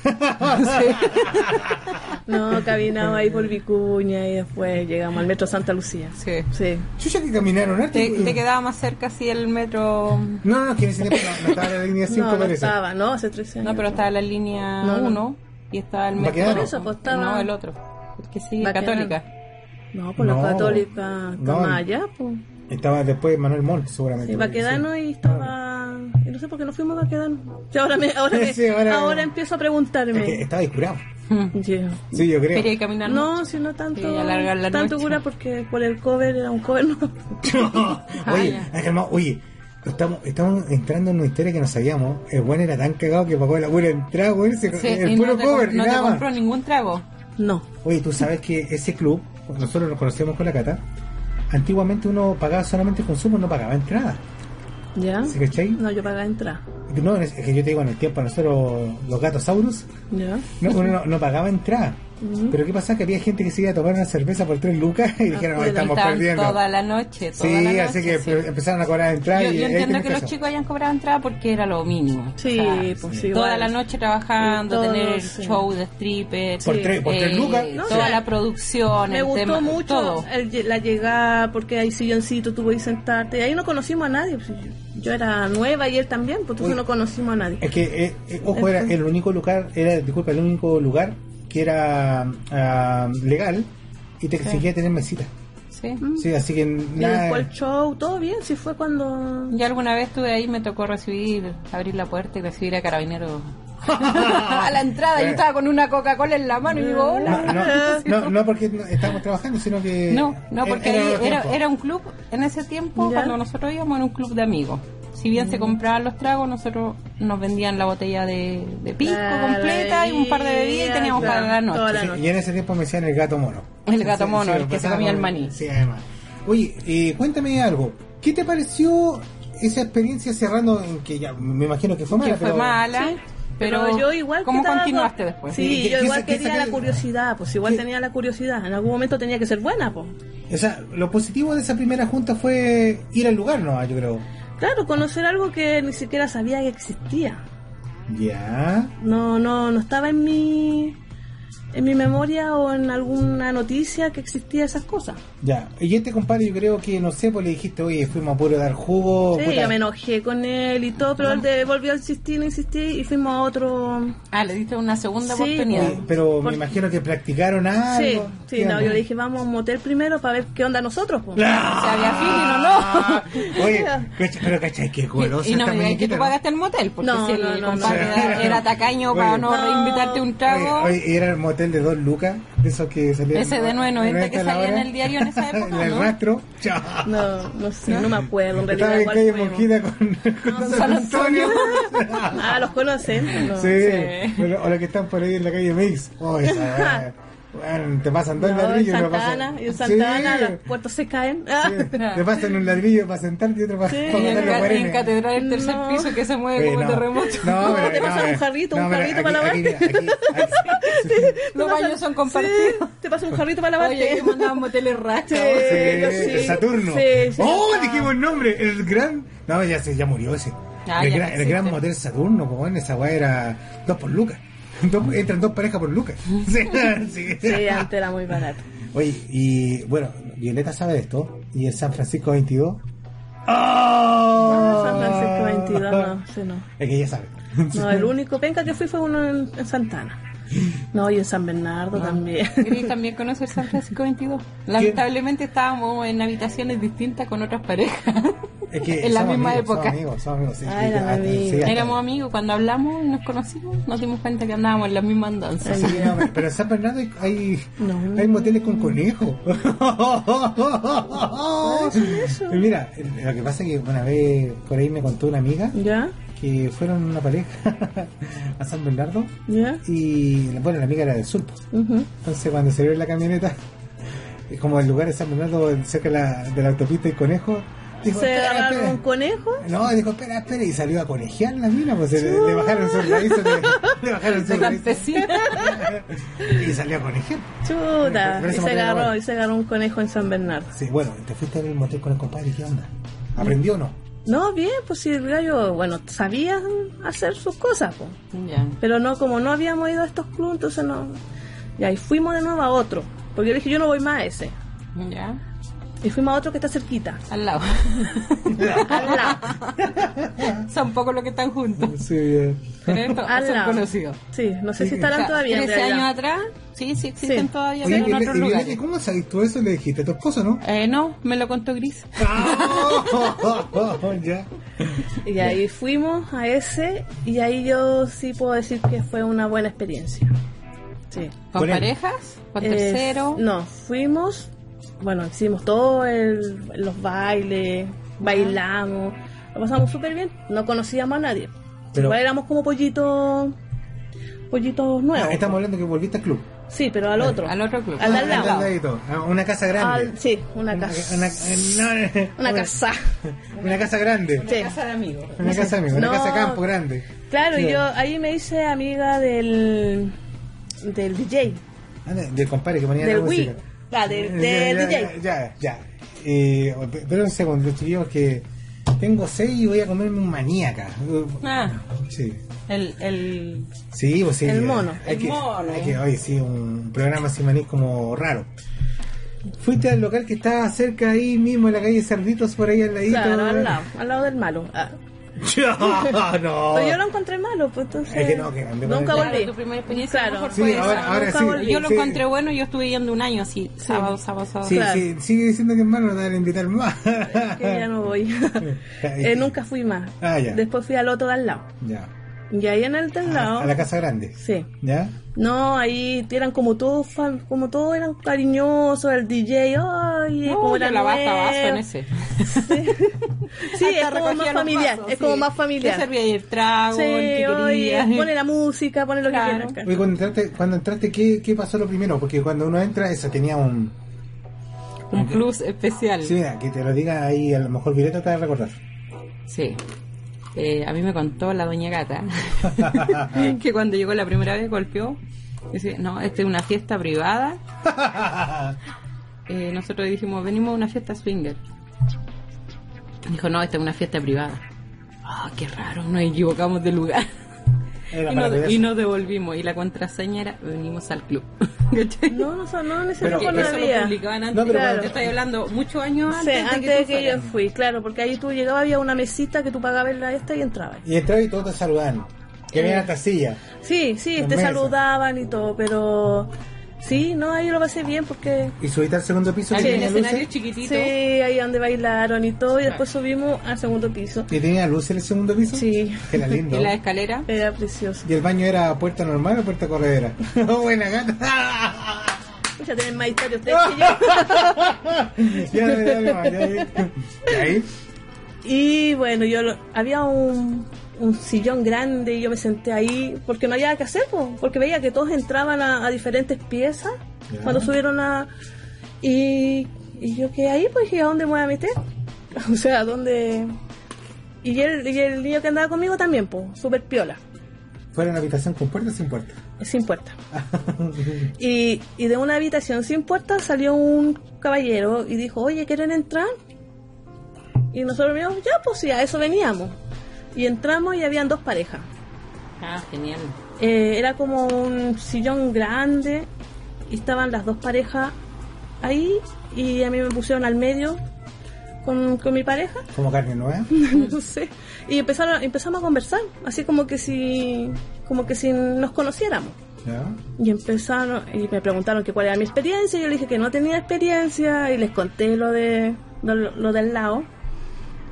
[SPEAKER 4] allá.
[SPEAKER 6] No, caminamos ahí por Vicuña y después llegamos al Metro Santa Lucía.
[SPEAKER 5] Sí.
[SPEAKER 6] Sí.
[SPEAKER 4] Chucha que caminaron, ¿eh?
[SPEAKER 5] Te, te quedaba más cerca así el metro.
[SPEAKER 4] No, no, no, que en ese tiempo no, no estaba la
[SPEAKER 5] *laughs*
[SPEAKER 4] línea 5
[SPEAKER 6] No, no
[SPEAKER 4] parece.
[SPEAKER 6] estaba, no, hace 13 años.
[SPEAKER 5] No, pero estaba la línea
[SPEAKER 6] No, no.
[SPEAKER 5] 1 y estaba el metro.
[SPEAKER 4] Baquedano. Por
[SPEAKER 6] eso, pues, estaba-
[SPEAKER 5] No, el otro. Porque sí,
[SPEAKER 6] Baquedano.
[SPEAKER 5] católica.
[SPEAKER 6] No, por la
[SPEAKER 4] No.
[SPEAKER 6] católica
[SPEAKER 4] No.
[SPEAKER 6] Camaya, pues.
[SPEAKER 4] Estaba después Manuel Montt, seguramente.
[SPEAKER 6] Sí, Baquedano y estaba... y no sé por qué no fuimos a Baquedano. Sí, ahora, me, ahora, me-
[SPEAKER 4] *laughs* Sí, ahora-
[SPEAKER 6] ahora empiezo
[SPEAKER 4] Es
[SPEAKER 6] a
[SPEAKER 4] que
[SPEAKER 6] preguntarme.
[SPEAKER 4] *laughs* estaba discurado.
[SPEAKER 6] Yeah.
[SPEAKER 4] Sí, yo creo.
[SPEAKER 5] Quería caminar.
[SPEAKER 6] No, si no tanto,
[SPEAKER 5] Sí, alargar la
[SPEAKER 6] tanto
[SPEAKER 5] noche.
[SPEAKER 6] cura porque por el cover era un cover. *laughs* No.
[SPEAKER 4] *laughs*
[SPEAKER 5] *laughs*
[SPEAKER 4] oye,
[SPEAKER 5] ya.
[SPEAKER 4] ah, calmado, oye, estamos, estamos entrando en una historia que no sabíamos. El buen era tan cagado que pagó la pura entrada, güey, se-
[SPEAKER 5] Sí,
[SPEAKER 4] el
[SPEAKER 5] y
[SPEAKER 4] Eh, puro
[SPEAKER 5] no te,
[SPEAKER 4] cover,
[SPEAKER 5] com-
[SPEAKER 4] y
[SPEAKER 5] no te
[SPEAKER 4] nada
[SPEAKER 5] compró
[SPEAKER 4] más.
[SPEAKER 5] ningún trago.
[SPEAKER 6] No.
[SPEAKER 4] Oye, tú sabes que ese club, nosotros lo conocemos con la cata, antiguamente uno pagaba solamente el consumo, no pagaba entrada.
[SPEAKER 6] ¿Ya?
[SPEAKER 4] ¿Sí, cachai?
[SPEAKER 6] No, yo pagaba entrar.
[SPEAKER 4] No, es que yo te digo, en el tiempo nosotros, los gatos saurus,
[SPEAKER 6] ¿Ya?
[SPEAKER 4] no, uno no, no pagaba entrada. Pero qué pasa que había gente que se iba a tomar una cerveza por tres lucas y dijeron, no,
[SPEAKER 6] puede,
[SPEAKER 4] estamos
[SPEAKER 5] Estaban
[SPEAKER 4] perdiendo.
[SPEAKER 5] toda la noche. Toda
[SPEAKER 4] Sí,
[SPEAKER 5] la
[SPEAKER 4] así
[SPEAKER 5] noche,
[SPEAKER 4] que
[SPEAKER 5] sí.
[SPEAKER 4] empe- empezaron a cobrar entrada
[SPEAKER 5] Yo,
[SPEAKER 4] y
[SPEAKER 5] yo
[SPEAKER 4] ahí
[SPEAKER 5] entiendo
[SPEAKER 4] tenés
[SPEAKER 5] que los
[SPEAKER 4] eso.
[SPEAKER 5] chicos hayan cobrado entrada porque era lo mínimo.
[SPEAKER 6] Sí,
[SPEAKER 5] O sea,
[SPEAKER 6] pues sí.
[SPEAKER 5] Toda
[SPEAKER 6] igual.
[SPEAKER 5] la noche trabajando,
[SPEAKER 6] Todo,
[SPEAKER 5] tener el
[SPEAKER 6] sí.
[SPEAKER 5] show de stripper.
[SPEAKER 4] Por tres, por tres
[SPEAKER 5] eh,
[SPEAKER 4] lucas.
[SPEAKER 6] No,
[SPEAKER 5] toda
[SPEAKER 6] sí.
[SPEAKER 5] la producción,
[SPEAKER 6] Me
[SPEAKER 5] el
[SPEAKER 6] gustó
[SPEAKER 5] tema,
[SPEAKER 6] mucho
[SPEAKER 5] todo.
[SPEAKER 6] el lle- la llegada porque hay silloncito, tú puedes sentarte. Y ahí no conocimos a nadie. pues, yo- Yo era nueva y él también, pues entonces
[SPEAKER 4] Uy.
[SPEAKER 6] no conocimos a nadie.
[SPEAKER 4] Es que, eh, eh, ojo, era el único lugar, era, disculpa, el único lugar que era ah, legal y te exigía tener mesita.
[SPEAKER 5] Sí.
[SPEAKER 4] Sí, así que
[SPEAKER 6] Y
[SPEAKER 4] nada.
[SPEAKER 6] después el show, todo bien, si fue cuando...
[SPEAKER 5] Yo alguna vez estuve ahí, me tocó recibir, abrir la puerta y recibir
[SPEAKER 4] *laughs*
[SPEAKER 5] a carabineros *laughs* a la entrada. Yo
[SPEAKER 4] Eh.
[SPEAKER 5] estaba con una Coca-Cola en la mano y
[SPEAKER 6] Eh.
[SPEAKER 5] digo, hola.
[SPEAKER 4] No,
[SPEAKER 5] *laughs*
[SPEAKER 4] no, no, no porque no- estábamos trabajando, sino que.
[SPEAKER 5] No,
[SPEAKER 6] e-
[SPEAKER 5] no, porque
[SPEAKER 4] era
[SPEAKER 5] ahí
[SPEAKER 4] otro
[SPEAKER 5] era,
[SPEAKER 4] tiempo.
[SPEAKER 5] era un club, en ese tiempo,
[SPEAKER 6] Ya. Mm.
[SPEAKER 5] cuando nosotros íbamos, era un club de amigos. Si bien se compraban los tragos, nosotros nos vendían la botella de, de pisco
[SPEAKER 6] Ah,
[SPEAKER 5] completa
[SPEAKER 6] la
[SPEAKER 5] y un par de bebidas y
[SPEAKER 6] bebida,
[SPEAKER 5] teníamos
[SPEAKER 6] claro,
[SPEAKER 5] para la
[SPEAKER 6] toda
[SPEAKER 5] noche.
[SPEAKER 6] la
[SPEAKER 4] Sí,
[SPEAKER 6] noche.
[SPEAKER 4] y en ese tiempo me decían el gato mono.
[SPEAKER 5] El gato mono, el
[SPEAKER 4] lo
[SPEAKER 5] que se
[SPEAKER 4] pasaba
[SPEAKER 5] comía
[SPEAKER 4] con-
[SPEAKER 5] el maní.
[SPEAKER 4] Sí, además. Oye, eh, cuéntame algo. ¿Qué te pareció esa experiencia cerrando en que ya me imagino que fue mala?
[SPEAKER 5] que fue
[SPEAKER 4] pero-
[SPEAKER 5] mala,
[SPEAKER 6] Sí,
[SPEAKER 5] pero,
[SPEAKER 6] yo igual
[SPEAKER 5] ¿cómo
[SPEAKER 6] quedaba
[SPEAKER 5] continuaste
[SPEAKER 6] con-
[SPEAKER 5] después?
[SPEAKER 6] Sí,
[SPEAKER 4] ¿Qué-
[SPEAKER 6] yo
[SPEAKER 4] qué
[SPEAKER 6] igual
[SPEAKER 4] sa- qué
[SPEAKER 6] quería
[SPEAKER 4] saca-
[SPEAKER 6] la curiosidad, pues igual
[SPEAKER 4] ¿Qué-
[SPEAKER 6] tenía la curiosidad. En algún momento tenía que ser buena, pues.
[SPEAKER 4] O sea, lo positivo de esa primera junta fue ir al lugar, ¿no? Yo creo.
[SPEAKER 6] Claro, conocer algo que ni siquiera sabía que existía.
[SPEAKER 4] Ya.
[SPEAKER 6] No, no, no estaba en mi en mi memoria o en alguna noticia que existía esas cosas.
[SPEAKER 4] Ya, y este compadre yo creo que, no sé, pues le dijiste, oye, fuimos a puro dar jugo.
[SPEAKER 6] Sí,
[SPEAKER 4] Oh, puta.
[SPEAKER 6] yo me enojé con él y todo, pero él de- volvió a insistir, insistir y fuimos a otro.
[SPEAKER 5] Ah, le diste una segunda
[SPEAKER 6] Sí, pues.
[SPEAKER 5] oportunidad.
[SPEAKER 4] Oye, Pero me
[SPEAKER 6] Por-
[SPEAKER 4] imagino que practicaron
[SPEAKER 6] Sí,
[SPEAKER 4] algo.
[SPEAKER 6] sí, no, yo le dije, vamos a un motel primero para ver qué onda nosotros. pues.
[SPEAKER 5] Si había feeling
[SPEAKER 4] o no. ¡Ah! *laughs*
[SPEAKER 5] *laughs*
[SPEAKER 4] Oye, cacha- pero cachai, qué
[SPEAKER 5] Y,
[SPEAKER 4] golosa
[SPEAKER 5] y no
[SPEAKER 4] esta
[SPEAKER 5] me digas que
[SPEAKER 4] muñequita,
[SPEAKER 5] tú
[SPEAKER 4] ¿no?
[SPEAKER 5] pagaste el motel, porque
[SPEAKER 6] No,
[SPEAKER 5] si el
[SPEAKER 6] no, no,
[SPEAKER 5] compadre
[SPEAKER 4] no.
[SPEAKER 5] era, era tacaño para
[SPEAKER 4] Oye.
[SPEAKER 5] no, reinvitarte un trago.
[SPEAKER 4] Oye, oye, era el motel de dos lucas, de esos que salían.
[SPEAKER 5] Ese de 9.90 que
[SPEAKER 4] a la
[SPEAKER 5] salía en
[SPEAKER 4] hora.
[SPEAKER 5] el diario en
[SPEAKER 4] *laughs*
[SPEAKER 5] esa época,
[SPEAKER 4] el
[SPEAKER 5] ¿no?
[SPEAKER 4] rastro. Chao.
[SPEAKER 6] No, no sé, no me acuerdo en
[SPEAKER 4] Estaba
[SPEAKER 6] realidad
[SPEAKER 4] en
[SPEAKER 6] cuál
[SPEAKER 4] calle
[SPEAKER 6] fuimos.
[SPEAKER 4] Mojita con,
[SPEAKER 5] *laughs*
[SPEAKER 4] con San Antonio.
[SPEAKER 6] Ah, los conocen. No.
[SPEAKER 4] *laughs* Sí,
[SPEAKER 5] Sí.
[SPEAKER 4] Bueno, o los que están por ahí en la calle Mix. Oh,
[SPEAKER 5] *laughs*
[SPEAKER 4] esa, eh, bueno, te pasan dos
[SPEAKER 6] No, en
[SPEAKER 4] ladrillos. pero
[SPEAKER 6] Santa
[SPEAKER 4] pasan-
[SPEAKER 6] Ana, en
[SPEAKER 4] Sí,
[SPEAKER 6] Santa Ana los puertos se caen. Ah.
[SPEAKER 4] sí, Te pasan un ladrillo para sentarte y otro para
[SPEAKER 6] Sí,
[SPEAKER 4] para
[SPEAKER 5] Y
[SPEAKER 4] matar
[SPEAKER 5] en,
[SPEAKER 4] los
[SPEAKER 5] ca- en
[SPEAKER 4] guarenes.
[SPEAKER 5] catedral del tercer
[SPEAKER 6] No.
[SPEAKER 5] piso que se mueve
[SPEAKER 4] Oye,
[SPEAKER 5] como terremoto. *laughs*
[SPEAKER 6] No,
[SPEAKER 4] pero-
[SPEAKER 6] te pasan
[SPEAKER 4] pero-
[SPEAKER 6] un jarrito, un
[SPEAKER 4] pero
[SPEAKER 6] jarrito para
[SPEAKER 4] aquí-
[SPEAKER 6] lavarte.
[SPEAKER 4] aquí- aquí-
[SPEAKER 5] *laughs*
[SPEAKER 4] *laughs* aquí-
[SPEAKER 5] Los baños son compartidos.
[SPEAKER 6] Sí, te pasa un jarrito para lavarte.
[SPEAKER 5] Oye, que mandaban moteles rachos.
[SPEAKER 6] Sí.
[SPEAKER 4] Sí,
[SPEAKER 6] Sí, sí.
[SPEAKER 4] Saturno.
[SPEAKER 6] Sí, sí,
[SPEAKER 4] ¡Oh!
[SPEAKER 6] ah.
[SPEAKER 4] Dijimos el nombre. El gran. No, ya se, ya murió ese.
[SPEAKER 5] Ah,
[SPEAKER 4] el,
[SPEAKER 5] ya
[SPEAKER 4] gran,
[SPEAKER 5] no
[SPEAKER 4] el
[SPEAKER 5] existe.
[SPEAKER 4] gran motel Saturno, pues bueno, esa weá era dos por lucas. *laughs* Dos- entran dos parejas por lucas. *laughs*
[SPEAKER 6] *laughs*
[SPEAKER 4] Sí, sí.
[SPEAKER 6] Sí, antes era muy barato.
[SPEAKER 4] Oye, y bueno, Violeta sabe de esto. Y el San Francisco 22. ¡Ah!
[SPEAKER 6] San Francisco 22, no, sí, no.
[SPEAKER 4] Es que ella sabe.
[SPEAKER 6] No, el único penca que fui fue uno en, en Santana. No, y en San Bernardo
[SPEAKER 4] Ah.
[SPEAKER 6] también. *laughs*
[SPEAKER 5] Gris también conoce el San Francisco 22. Lamentablemente estábamos en habitaciones distintas con otras parejas.
[SPEAKER 4] Es que
[SPEAKER 5] En la
[SPEAKER 4] somos
[SPEAKER 5] misma
[SPEAKER 4] amigos,
[SPEAKER 5] época.
[SPEAKER 4] Somos amigos, somos amigos. sí,
[SPEAKER 6] Ah,
[SPEAKER 4] sí,
[SPEAKER 6] eran
[SPEAKER 4] hasta-
[SPEAKER 6] amigos.
[SPEAKER 4] sí, hasta-
[SPEAKER 5] Éramos amigos, cuando hablamos y nos conocimos, nos dimos cuenta que andábamos en las mismas andanzas.
[SPEAKER 4] Sí, no, pero- pero en San Bernardo hay, hay,
[SPEAKER 6] No.
[SPEAKER 4] hay moteles con conejo. Mira, lo que pasa es que una vez por ahí me contó una amiga
[SPEAKER 6] ¿Ya?
[SPEAKER 4] que fueron una pareja *laughs* a San Bernardo
[SPEAKER 6] ¿Ya?
[SPEAKER 4] y bueno, la amiga era del sur. pues.
[SPEAKER 6] Ujú.
[SPEAKER 4] Entonces cuando se vio en la camioneta, y como el lugar de San Bernardo, cerca de la, de la autopista y conejo, dijo,
[SPEAKER 6] Se
[SPEAKER 4] "Espera,
[SPEAKER 6] agarraron
[SPEAKER 4] espera".
[SPEAKER 6] un conejo.
[SPEAKER 4] No, dijo, espera, espera, y salió a conejear la mina, pues se le, le bajaron sus raíces, le, le bajaron
[SPEAKER 5] De
[SPEAKER 4] sus raíces
[SPEAKER 5] campesina.
[SPEAKER 4] *laughs* y salió a conejear.
[SPEAKER 6] Chuta.
[SPEAKER 4] Pero
[SPEAKER 6] Y
[SPEAKER 4] ese
[SPEAKER 6] se
[SPEAKER 4] motel era
[SPEAKER 6] agarró,
[SPEAKER 4] bueno.
[SPEAKER 6] y se agarró un conejo en San Bernardo.
[SPEAKER 4] Sí, bueno, y te fuiste al motel con el compadre, ¿qué onda? ¿Aprendió o no?
[SPEAKER 6] No, bien, pues si el gallo, bueno, sabía hacer sus cosas, pues.
[SPEAKER 5] ya.
[SPEAKER 6] Pero no, como no habíamos ido a estos clubes, entonces no. Y ahí fuimos de nuevo a otro. Porque yo le dije, yo no voy más a ese.
[SPEAKER 5] Ya.
[SPEAKER 6] Y fuimos a otro que está cerquita.
[SPEAKER 5] Al lado. *laughs*
[SPEAKER 6] Al lado.
[SPEAKER 5] son pocos los que están juntos.
[SPEAKER 4] Sí, eh,
[SPEAKER 5] Pero estos
[SPEAKER 6] Al
[SPEAKER 5] son
[SPEAKER 6] lado.
[SPEAKER 5] conocidos.
[SPEAKER 6] Sí, no sé si
[SPEAKER 5] O
[SPEAKER 6] estarán
[SPEAKER 5] sea,
[SPEAKER 6] todavía. en
[SPEAKER 5] 13 años
[SPEAKER 6] realidad.
[SPEAKER 5] atrás, sí, sí existen
[SPEAKER 6] Sí.
[SPEAKER 5] todavía,
[SPEAKER 4] Oye,
[SPEAKER 5] pero
[SPEAKER 4] y
[SPEAKER 5] en
[SPEAKER 4] le-
[SPEAKER 5] otros
[SPEAKER 4] y
[SPEAKER 5] lugares.
[SPEAKER 4] Violeta, ¿cómo sabes tú eso? Le dijiste a tu esposo,
[SPEAKER 6] *laughs*
[SPEAKER 4] ¿no? *laughs*
[SPEAKER 5] Eh, no, me lo contó Gris.
[SPEAKER 4] ya.
[SPEAKER 6] Y ahí fuimos a ese. Y ahí yo sí puedo decir que fue una buena experiencia. Sí.
[SPEAKER 5] ¿Con
[SPEAKER 4] Con él.
[SPEAKER 5] parejas? ¿Con
[SPEAKER 6] Eh,
[SPEAKER 5] tercero?
[SPEAKER 6] No, fuimos. Bueno, hicimos todo el, los bailes, bailamos. Lo pasamos súper bien. No conocíamos a nadie.
[SPEAKER 4] Pero-
[SPEAKER 6] Igual éramos como pollitos. Pollitos nuevos.
[SPEAKER 4] Ah, estamos hablando que volviste al club.
[SPEAKER 6] Sí, pero al otro.
[SPEAKER 5] Al otro club.
[SPEAKER 6] Al de al
[SPEAKER 4] Al
[SPEAKER 6] lado.
[SPEAKER 4] ladito, a Una casa grande.
[SPEAKER 6] Al- sí, una casa.
[SPEAKER 4] Una,
[SPEAKER 6] Una,
[SPEAKER 4] una-
[SPEAKER 6] *laughs*
[SPEAKER 4] una-
[SPEAKER 6] casa.
[SPEAKER 4] una casa grande.
[SPEAKER 6] Sí.
[SPEAKER 5] de amigos.
[SPEAKER 4] Una casa amigo, una
[SPEAKER 6] No.
[SPEAKER 4] casa campo grande.
[SPEAKER 6] Claro, y
[SPEAKER 4] Sí.
[SPEAKER 6] yo ahí me hice amiga del del DJ,
[SPEAKER 4] Ah, de- Del compadre que ponía
[SPEAKER 6] del
[SPEAKER 4] la música.
[SPEAKER 6] Wii, la del,
[SPEAKER 4] Ya,
[SPEAKER 6] del
[SPEAKER 4] ya,
[SPEAKER 6] DJ.
[SPEAKER 4] Ya, ya. ya. Eh, pero un segundo, chiquillos, que tengo sed y voy a comerme un maníaca.
[SPEAKER 5] Ah,
[SPEAKER 4] Sí.
[SPEAKER 5] el, el...
[SPEAKER 4] Sí, pues sí.
[SPEAKER 6] El mono.
[SPEAKER 4] Hay
[SPEAKER 5] El
[SPEAKER 4] que,
[SPEAKER 5] mono.
[SPEAKER 4] Hay que, oye, sí, un programa sin maní como raro. Fuiste al local que está cerca ahí mismo, en la calle Cerditos, por ahí eh. al ladito.
[SPEAKER 6] Claro,
[SPEAKER 4] *laughs*
[SPEAKER 6] al lado, al lado del malo. Ah,
[SPEAKER 4] no, no.
[SPEAKER 6] Pero yo lo encontré malo, pues entonces.
[SPEAKER 4] Oh. Es que no, que cambió
[SPEAKER 6] nunca
[SPEAKER 4] con
[SPEAKER 5] Claro,
[SPEAKER 4] el-
[SPEAKER 6] volví.
[SPEAKER 5] tu primera experiencia a lo
[SPEAKER 6] Claro.
[SPEAKER 5] mejor
[SPEAKER 4] Sí,
[SPEAKER 5] fue
[SPEAKER 4] ahora-
[SPEAKER 5] esa.
[SPEAKER 4] ahora
[SPEAKER 6] nunca
[SPEAKER 4] sí.
[SPEAKER 6] volví.
[SPEAKER 5] Yo lo
[SPEAKER 4] sí.
[SPEAKER 5] encontré bueno, yo estuve yendo un año así, sábado, sábado, sábado.
[SPEAKER 4] Sí,
[SPEAKER 6] Claro.
[SPEAKER 4] sí, sigue diciendo que es malo, no a invitar más.
[SPEAKER 6] *laughs* que ya no voy. Eh, nunca fui más.
[SPEAKER 4] Ah, ya.
[SPEAKER 6] Después fui al otro de al lado.
[SPEAKER 4] *laughs* Ya.
[SPEAKER 6] Y ahí en el del lado.
[SPEAKER 4] A la casa grande.
[SPEAKER 6] Sí.
[SPEAKER 4] ¿Ya?
[SPEAKER 6] No, ahí eran como todos fan- como todos eran cariñosos, el DJ, ay,
[SPEAKER 5] No,
[SPEAKER 6] como
[SPEAKER 5] yo
[SPEAKER 6] era
[SPEAKER 5] lavaba hasta vaso en
[SPEAKER 6] nuevo.
[SPEAKER 5] ese.
[SPEAKER 6] Sí, es
[SPEAKER 5] Hasta
[SPEAKER 6] como
[SPEAKER 5] recogía
[SPEAKER 6] más
[SPEAKER 5] los
[SPEAKER 6] familiar,
[SPEAKER 5] vasos,
[SPEAKER 6] es
[SPEAKER 5] sí.
[SPEAKER 6] como más
[SPEAKER 5] Yo
[SPEAKER 6] familiar.
[SPEAKER 5] servía ahí el trago,
[SPEAKER 6] Sí,
[SPEAKER 5] el que
[SPEAKER 6] oye,
[SPEAKER 5] quería. *laughs*
[SPEAKER 6] pone la música, pone lo
[SPEAKER 5] Claro.
[SPEAKER 6] que quieras.
[SPEAKER 4] Oye, cuando entraste, cuando entraste ¿qué, ¿qué pasó lo primero? Porque cuando uno entra, eso tenía un.
[SPEAKER 5] Un plus especial.
[SPEAKER 4] Sí, mira, que te lo diga ahí, a lo mejor Violeta te va a recordar.
[SPEAKER 5] Sí. Eh, a mí me contó la doña Gata *laughs* que cuando llegó la primera vez golpeó. Dice, no, esta es una fiesta privada. Eh, nosotros dijimos, venimos a una fiesta swinger. Dijo, no, esta es una fiesta privada. Ah, qué raro, nos equivocamos de lugar.
[SPEAKER 4] Era
[SPEAKER 5] Y
[SPEAKER 4] para
[SPEAKER 5] nos,
[SPEAKER 4] ver
[SPEAKER 5] y
[SPEAKER 4] eso.
[SPEAKER 5] nos devolvimos. Y la contraseña era, venimos al club. *laughs* ¿Cachai?
[SPEAKER 6] No, no, no, no, en ese
[SPEAKER 4] Pero-
[SPEAKER 6] grupo
[SPEAKER 5] Porque
[SPEAKER 6] no
[SPEAKER 5] eso
[SPEAKER 6] había.
[SPEAKER 5] lo publicaban antes.
[SPEAKER 4] No, pero
[SPEAKER 5] Claro.
[SPEAKER 6] bueno.
[SPEAKER 5] Yo estoy hablando muchos años
[SPEAKER 6] Sí,
[SPEAKER 5] antes, de
[SPEAKER 6] antes de
[SPEAKER 5] tú
[SPEAKER 6] que yo
[SPEAKER 5] fueras.
[SPEAKER 6] fui, claro, porque ahí tú llegabas, había una mesita que tú pagabas la esta y entrabas.
[SPEAKER 4] Y entraba y todos te saludaban. Que
[SPEAKER 5] Eh.
[SPEAKER 4] venían hasta silla.
[SPEAKER 6] Sí, sí,
[SPEAKER 4] La
[SPEAKER 6] te
[SPEAKER 4] mesa.
[SPEAKER 6] saludaban y todo, pero sí, no, ahí lo pasé bien porque
[SPEAKER 4] Y subiste al segundo piso
[SPEAKER 5] Ahí
[SPEAKER 4] que
[SPEAKER 6] Sí.
[SPEAKER 5] en el
[SPEAKER 4] tenía luces.
[SPEAKER 5] escenario chiquitito.
[SPEAKER 6] sí, ahí donde bailaron y todo, y después subimos al segundo piso.
[SPEAKER 4] ¿Y tenía luces el segundo piso?
[SPEAKER 6] Sí.
[SPEAKER 4] Que era lindo.
[SPEAKER 5] *laughs* Y la escalera.
[SPEAKER 6] Era precioso.
[SPEAKER 4] ¿Y el baño era puerta normal o puerta
[SPEAKER 5] *laughs*
[SPEAKER 4] corredera? Oh, Buena gata.
[SPEAKER 6] Ya tienen más historia ustedes que yo.
[SPEAKER 4] ya, ya, ya, ya, ya. ¿Y ahí?
[SPEAKER 6] Y bueno, yo lo- había un, un sillón grande y yo me senté ahí porque no había que hacer, po, porque veía que todos entraban a, a diferentes piezas
[SPEAKER 4] Ya.
[SPEAKER 6] cuando subieron a... Y, y yo quedé ahí, pues dije, ¿a dónde me voy a meter? *laughs* O sea, ¿a dónde...? Y el, y el niño que andaba conmigo también, pues, súper piola,
[SPEAKER 4] ¿Fuera una habitación con puerta o sin puerta?
[SPEAKER 6] sin puerta. Y, y de una habitación sin puerta salió un caballero y dijo, oye, ¿quieren entrar? Y nosotros miramos, ya, pues sí, a eso veníamos. Y entramos y habían dos parejas.
[SPEAKER 5] Ah, genial.
[SPEAKER 6] Eh, era como un sillón grande y estaban las dos parejas ahí y a mí me pusieron al medio con, con mi pareja, *laughs*
[SPEAKER 4] ¿Como carne nueva?
[SPEAKER 6] no sé. Y empezaron, empezamos a conversar, así como que si, como que si nos conociéramos.
[SPEAKER 4] ¿Ya?
[SPEAKER 6] Y empezaron, y me preguntaron que cuál era mi experiencia, y yo le dije que no tenía experiencia, y les conté lo de lo, lo del lado.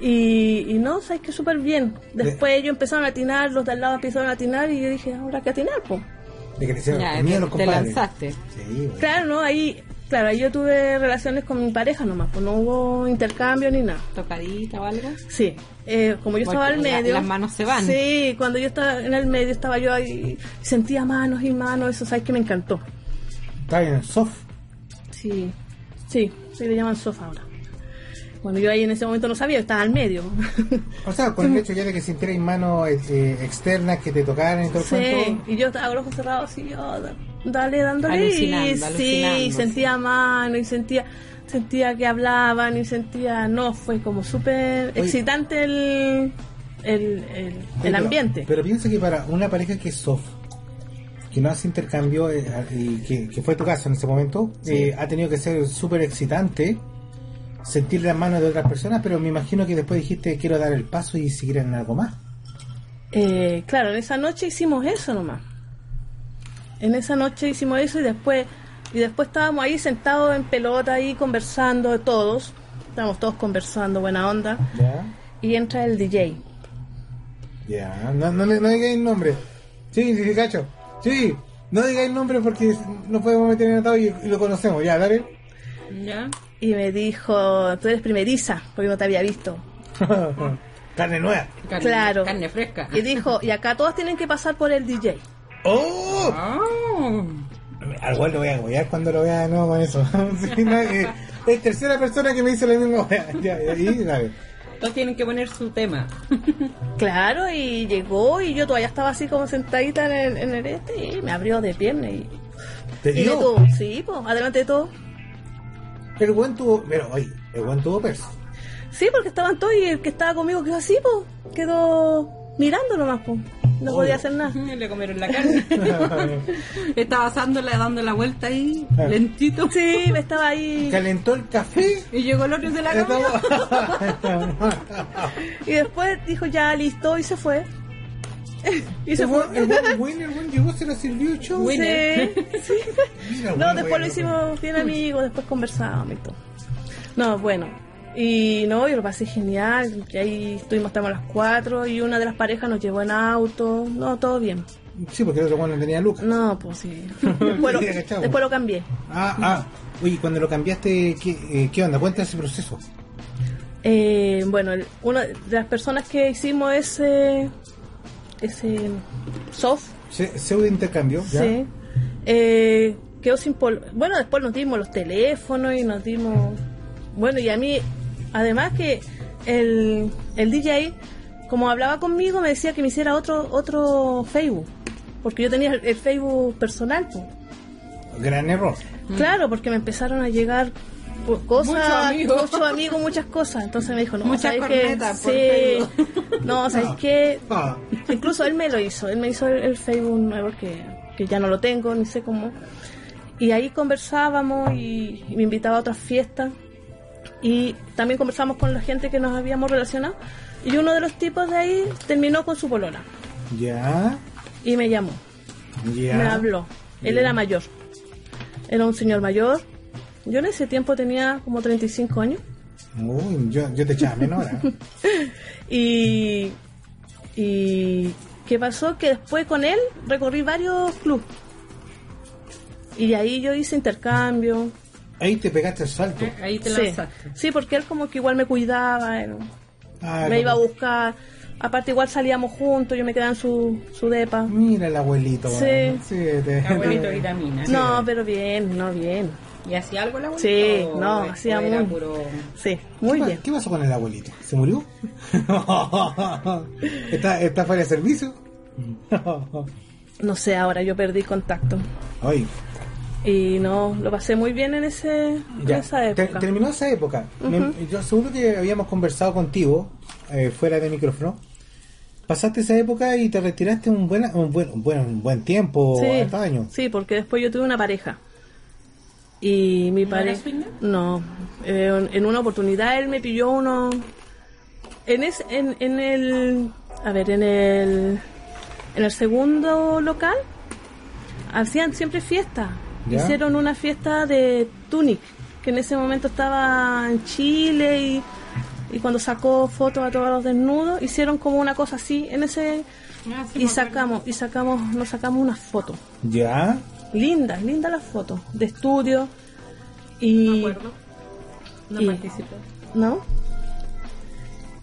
[SPEAKER 6] Y, y no, sabes que súper bien. Después ellos empezaron a atinar, los del lado empezaron a atinar, y yo dije, ahora que atinar, pues.
[SPEAKER 4] De que le hicieron
[SPEAKER 5] Ya,
[SPEAKER 4] comida a los
[SPEAKER 5] te, te
[SPEAKER 4] compadres.
[SPEAKER 5] lanzaste.
[SPEAKER 4] Sí, güey.
[SPEAKER 6] Claro, ¿no? Ahí Claro, ahí yo tuve relaciones con mi pareja nomás, pues no hubo intercambio ni nada.
[SPEAKER 5] ¿Tocadita o algo?
[SPEAKER 6] Sí, eh, como yo
[SPEAKER 5] Bueno,
[SPEAKER 6] estaba al
[SPEAKER 5] la-
[SPEAKER 6] medio.
[SPEAKER 5] las manos se van.
[SPEAKER 6] Sí, cuando yo estaba en el medio estaba yo ahí, sentía manos y manos, eso sabes que me encantó.
[SPEAKER 4] Está bien, soft.
[SPEAKER 6] Sí, sí, se le llaman sofá ahora. Bueno, yo ahí en ese momento no sabía, estaba al medio.
[SPEAKER 4] O sea, con el hecho ya de que sintierais manos eh, eh, externas que te tocaran y todo el
[SPEAKER 6] sí,
[SPEAKER 4] cuento.
[SPEAKER 6] y yo estaba con los ojos cerrados así, yo, da- dale, dándole. y
[SPEAKER 5] Alucinando,
[SPEAKER 6] sí,
[SPEAKER 5] alucinando,
[SPEAKER 6] sentía manos y sentía sentía que hablaban y sentía, no, fue como súper
[SPEAKER 4] Oye.
[SPEAKER 6] excitante el, el, el, el
[SPEAKER 4] Pero-
[SPEAKER 6] ambiente.
[SPEAKER 4] Pero piensa que para una pareja que es soft, que no hace intercambio, eh, y que, que fue tu caso en ese momento, eh, ha tenido que ser súper excitante sentir las manos de otras personas, pero me imagino que después dijiste quiero dar el paso y seguir en algo más.
[SPEAKER 6] Eh, claro, en esa noche hicimos eso nomás. En esa noche hicimos eso y después y después estábamos ahí sentados en pelota ahí conversando todos. Estábamos todos conversando, buena onda.
[SPEAKER 4] Ya,
[SPEAKER 6] Y entra el DJ.
[SPEAKER 4] ya, no, no, le- no digáis nombre. Sí, sí, sí, cacho. Sí, no digáis nombre porque nos podemos meter en atado y, y lo conocemos. Ya, dale. *laughs*
[SPEAKER 5] Ya.
[SPEAKER 6] Y me dijo, tú eres primeriza, porque no te había visto.
[SPEAKER 4] Carne nueva.
[SPEAKER 5] Carne-
[SPEAKER 6] Claro.
[SPEAKER 5] Carne fresca.
[SPEAKER 6] Y dijo, y acá todos tienen que pasar por el DJ.
[SPEAKER 4] ¡Oh!
[SPEAKER 5] Ah.
[SPEAKER 4] Al cual lo voy a apoyar cuando lo vea de nuevo con eso. *laughs* Sí, no, eh, es tercera persona que me dice la misma wea. *laughs* Ya, ya, y, dale.
[SPEAKER 5] Todos tienen que poner su tema.
[SPEAKER 6] Claro, y llegó y yo todavía estaba así como sentadita en el, en el este y me abrió de pierna y,
[SPEAKER 4] Te
[SPEAKER 6] y me
[SPEAKER 4] digo,
[SPEAKER 6] tuvo, sí, pues, adelante de todo.
[SPEAKER 4] el buen tuvo, pero oye, el buen tuvo
[SPEAKER 6] *laughs*
[SPEAKER 4] perso.
[SPEAKER 6] Sí, porque estaban todos y el que estaba conmigo quedó así, po. Quedó mirando nomás, po. No podía hacer nada.
[SPEAKER 5] *laughs* Le comieron la carne. *laughs* Estaba asándola, dando la vuelta ahí,
[SPEAKER 4] Ah.
[SPEAKER 5] lentito.
[SPEAKER 6] Sí, me estaba ahí.
[SPEAKER 4] Calentó el café.
[SPEAKER 5] Y llegó el otro y se la comió.
[SPEAKER 6] Y después dijo ya listo y se fue. *laughs* *laughs* y se
[SPEAKER 4] el
[SPEAKER 6] fue.
[SPEAKER 4] buen, el
[SPEAKER 6] *laughs*
[SPEAKER 4] buen, winner, el buen llegó, se la sirvió el show.
[SPEAKER 5] Winner.
[SPEAKER 6] Sí, sí.
[SPEAKER 4] Mira,
[SPEAKER 6] No,
[SPEAKER 4] bueno,
[SPEAKER 6] después
[SPEAKER 4] bueno.
[SPEAKER 6] lo hicimos bien amigos, después conversábamos y todo. No, bueno. Y no, yo lo pasé genial. Y ahí estuvimos, estamos a las cuatro y una de las parejas nos llevó en auto. No, todo bien.
[SPEAKER 4] Sí, porque el otro buen no tenía lucas.
[SPEAKER 6] No, pues sí. Después lo-
[SPEAKER 4] Sí, agachado.
[SPEAKER 6] después lo cambié.
[SPEAKER 4] Ah, ah. Oye, cuando lo cambiaste, ¿qué, eh, qué onda? Cuenta ese proceso.
[SPEAKER 6] Eh, bueno, el- una de las personas que hicimos ese, ese soft,
[SPEAKER 4] Se, pseudo intercambio. ¿ya?
[SPEAKER 6] sí, eh, quedó sin pol- Bueno, después nos dimos los teléfonos y nos dimos... Bueno, y a mí, además que el, el DJ, como hablaba conmigo, me decía que me hiciera otro, otro Facebook, porque yo tenía el, el Facebook personal. pues.
[SPEAKER 4] Gran error.
[SPEAKER 6] Claro, porque me empezaron a llegar pues, cosas,
[SPEAKER 5] Mm. Muchos
[SPEAKER 6] muchos
[SPEAKER 5] amigos.
[SPEAKER 6] amigos. muchas cosas. Entonces me dijo, no,
[SPEAKER 5] Muchas
[SPEAKER 6] ¿sabes
[SPEAKER 5] cornetas por
[SPEAKER 6] qué? Sí. *laughs* No, ¿sabes qué?
[SPEAKER 4] Ah,
[SPEAKER 6] Incluso él me lo hizo, él me hizo el, el Facebook nuevo que, que ya no lo tengo, ni sé cómo. Y ahí conversábamos y, y me invitaba a otras fiestas. Y también conversamos con la gente que nos habíamos relacionado. Y uno de los tipos de ahí terminó con su polola
[SPEAKER 4] ya.
[SPEAKER 6] y me llamó.
[SPEAKER 4] Ya.
[SPEAKER 6] Me habló. Él era mayor. Era un señor mayor. Yo en ese tiempo tenía como 35 años.
[SPEAKER 4] Uy, yo, yo te echaba ¿eh? menos ahora.
[SPEAKER 6] *laughs* Y. Y. ¿Qué pasó? Que después con él recorrí varios clubes. Y ahí yo hice intercambio.
[SPEAKER 4] Ahí te pegaste el salto.
[SPEAKER 5] Ahí te
[SPEAKER 6] Sí.
[SPEAKER 5] lanzaste.
[SPEAKER 6] sí, porque él como que igual me cuidaba. él
[SPEAKER 4] Ah,
[SPEAKER 6] me iba a
[SPEAKER 4] como-
[SPEAKER 6] buscar. Aparte, igual salíamos juntos. Yo me quedaba en su, su depa.
[SPEAKER 4] Mira el abuelito.
[SPEAKER 6] Sí.
[SPEAKER 4] bueno, sí, te-
[SPEAKER 5] Abuelito
[SPEAKER 4] te-
[SPEAKER 5] vitamina.
[SPEAKER 6] No, pero bien, no, bien.
[SPEAKER 5] ¿Y hacía algo la abuelito?
[SPEAKER 6] Sí,
[SPEAKER 5] ¿O
[SPEAKER 6] no,
[SPEAKER 5] era
[SPEAKER 6] hacía
[SPEAKER 5] puro-
[SPEAKER 6] muy- Sí, muy
[SPEAKER 4] ¿Qué pa-
[SPEAKER 6] bien.
[SPEAKER 4] ¿Qué pasó con el abuelito? ¿Se
[SPEAKER 6] *laughs*
[SPEAKER 4] murió? ¿Está, ¿Está fuera de
[SPEAKER 6] *laughs*
[SPEAKER 4] servicio?
[SPEAKER 6] No sé, ahora yo perdí contacto.
[SPEAKER 4] Oye,
[SPEAKER 6] Y no, lo pasé muy bien en, ese, en
[SPEAKER 4] ya.
[SPEAKER 6] esa
[SPEAKER 4] Te-
[SPEAKER 6] época.
[SPEAKER 4] terminó esa época. Me- yo seguro que habíamos conversado contigo eh, fuera de micrófono. Pasaste esa época y te retiraste un buen, un buen, un buen, un buen tiempo,
[SPEAKER 6] sí,
[SPEAKER 4] hartos años.
[SPEAKER 6] sí, porque después yo tuve una pareja. Y mi pareja...
[SPEAKER 5] swinger?
[SPEAKER 6] No, eh, en una oportunidad él me pilló uno... En, es, en, en el... A ver, en el... En el segundo local hacían siempre fiesta.
[SPEAKER 4] Ya.
[SPEAKER 6] Hicieron una fiesta de Tunic, que en ese momento estaba en Chile y, y cuando sacó fotos a todos los desnudos, hicieron como una cosa así en ese
[SPEAKER 5] Ah, sí, me acuerdo.
[SPEAKER 6] y sacamos y sacamos nos sacamos unas fotos
[SPEAKER 4] Ya.
[SPEAKER 6] lindas lindas las fotos de estudio
[SPEAKER 3] No me
[SPEAKER 6] Y,
[SPEAKER 3] acuerdo. No
[SPEAKER 6] y-
[SPEAKER 3] participé.
[SPEAKER 6] ¿no?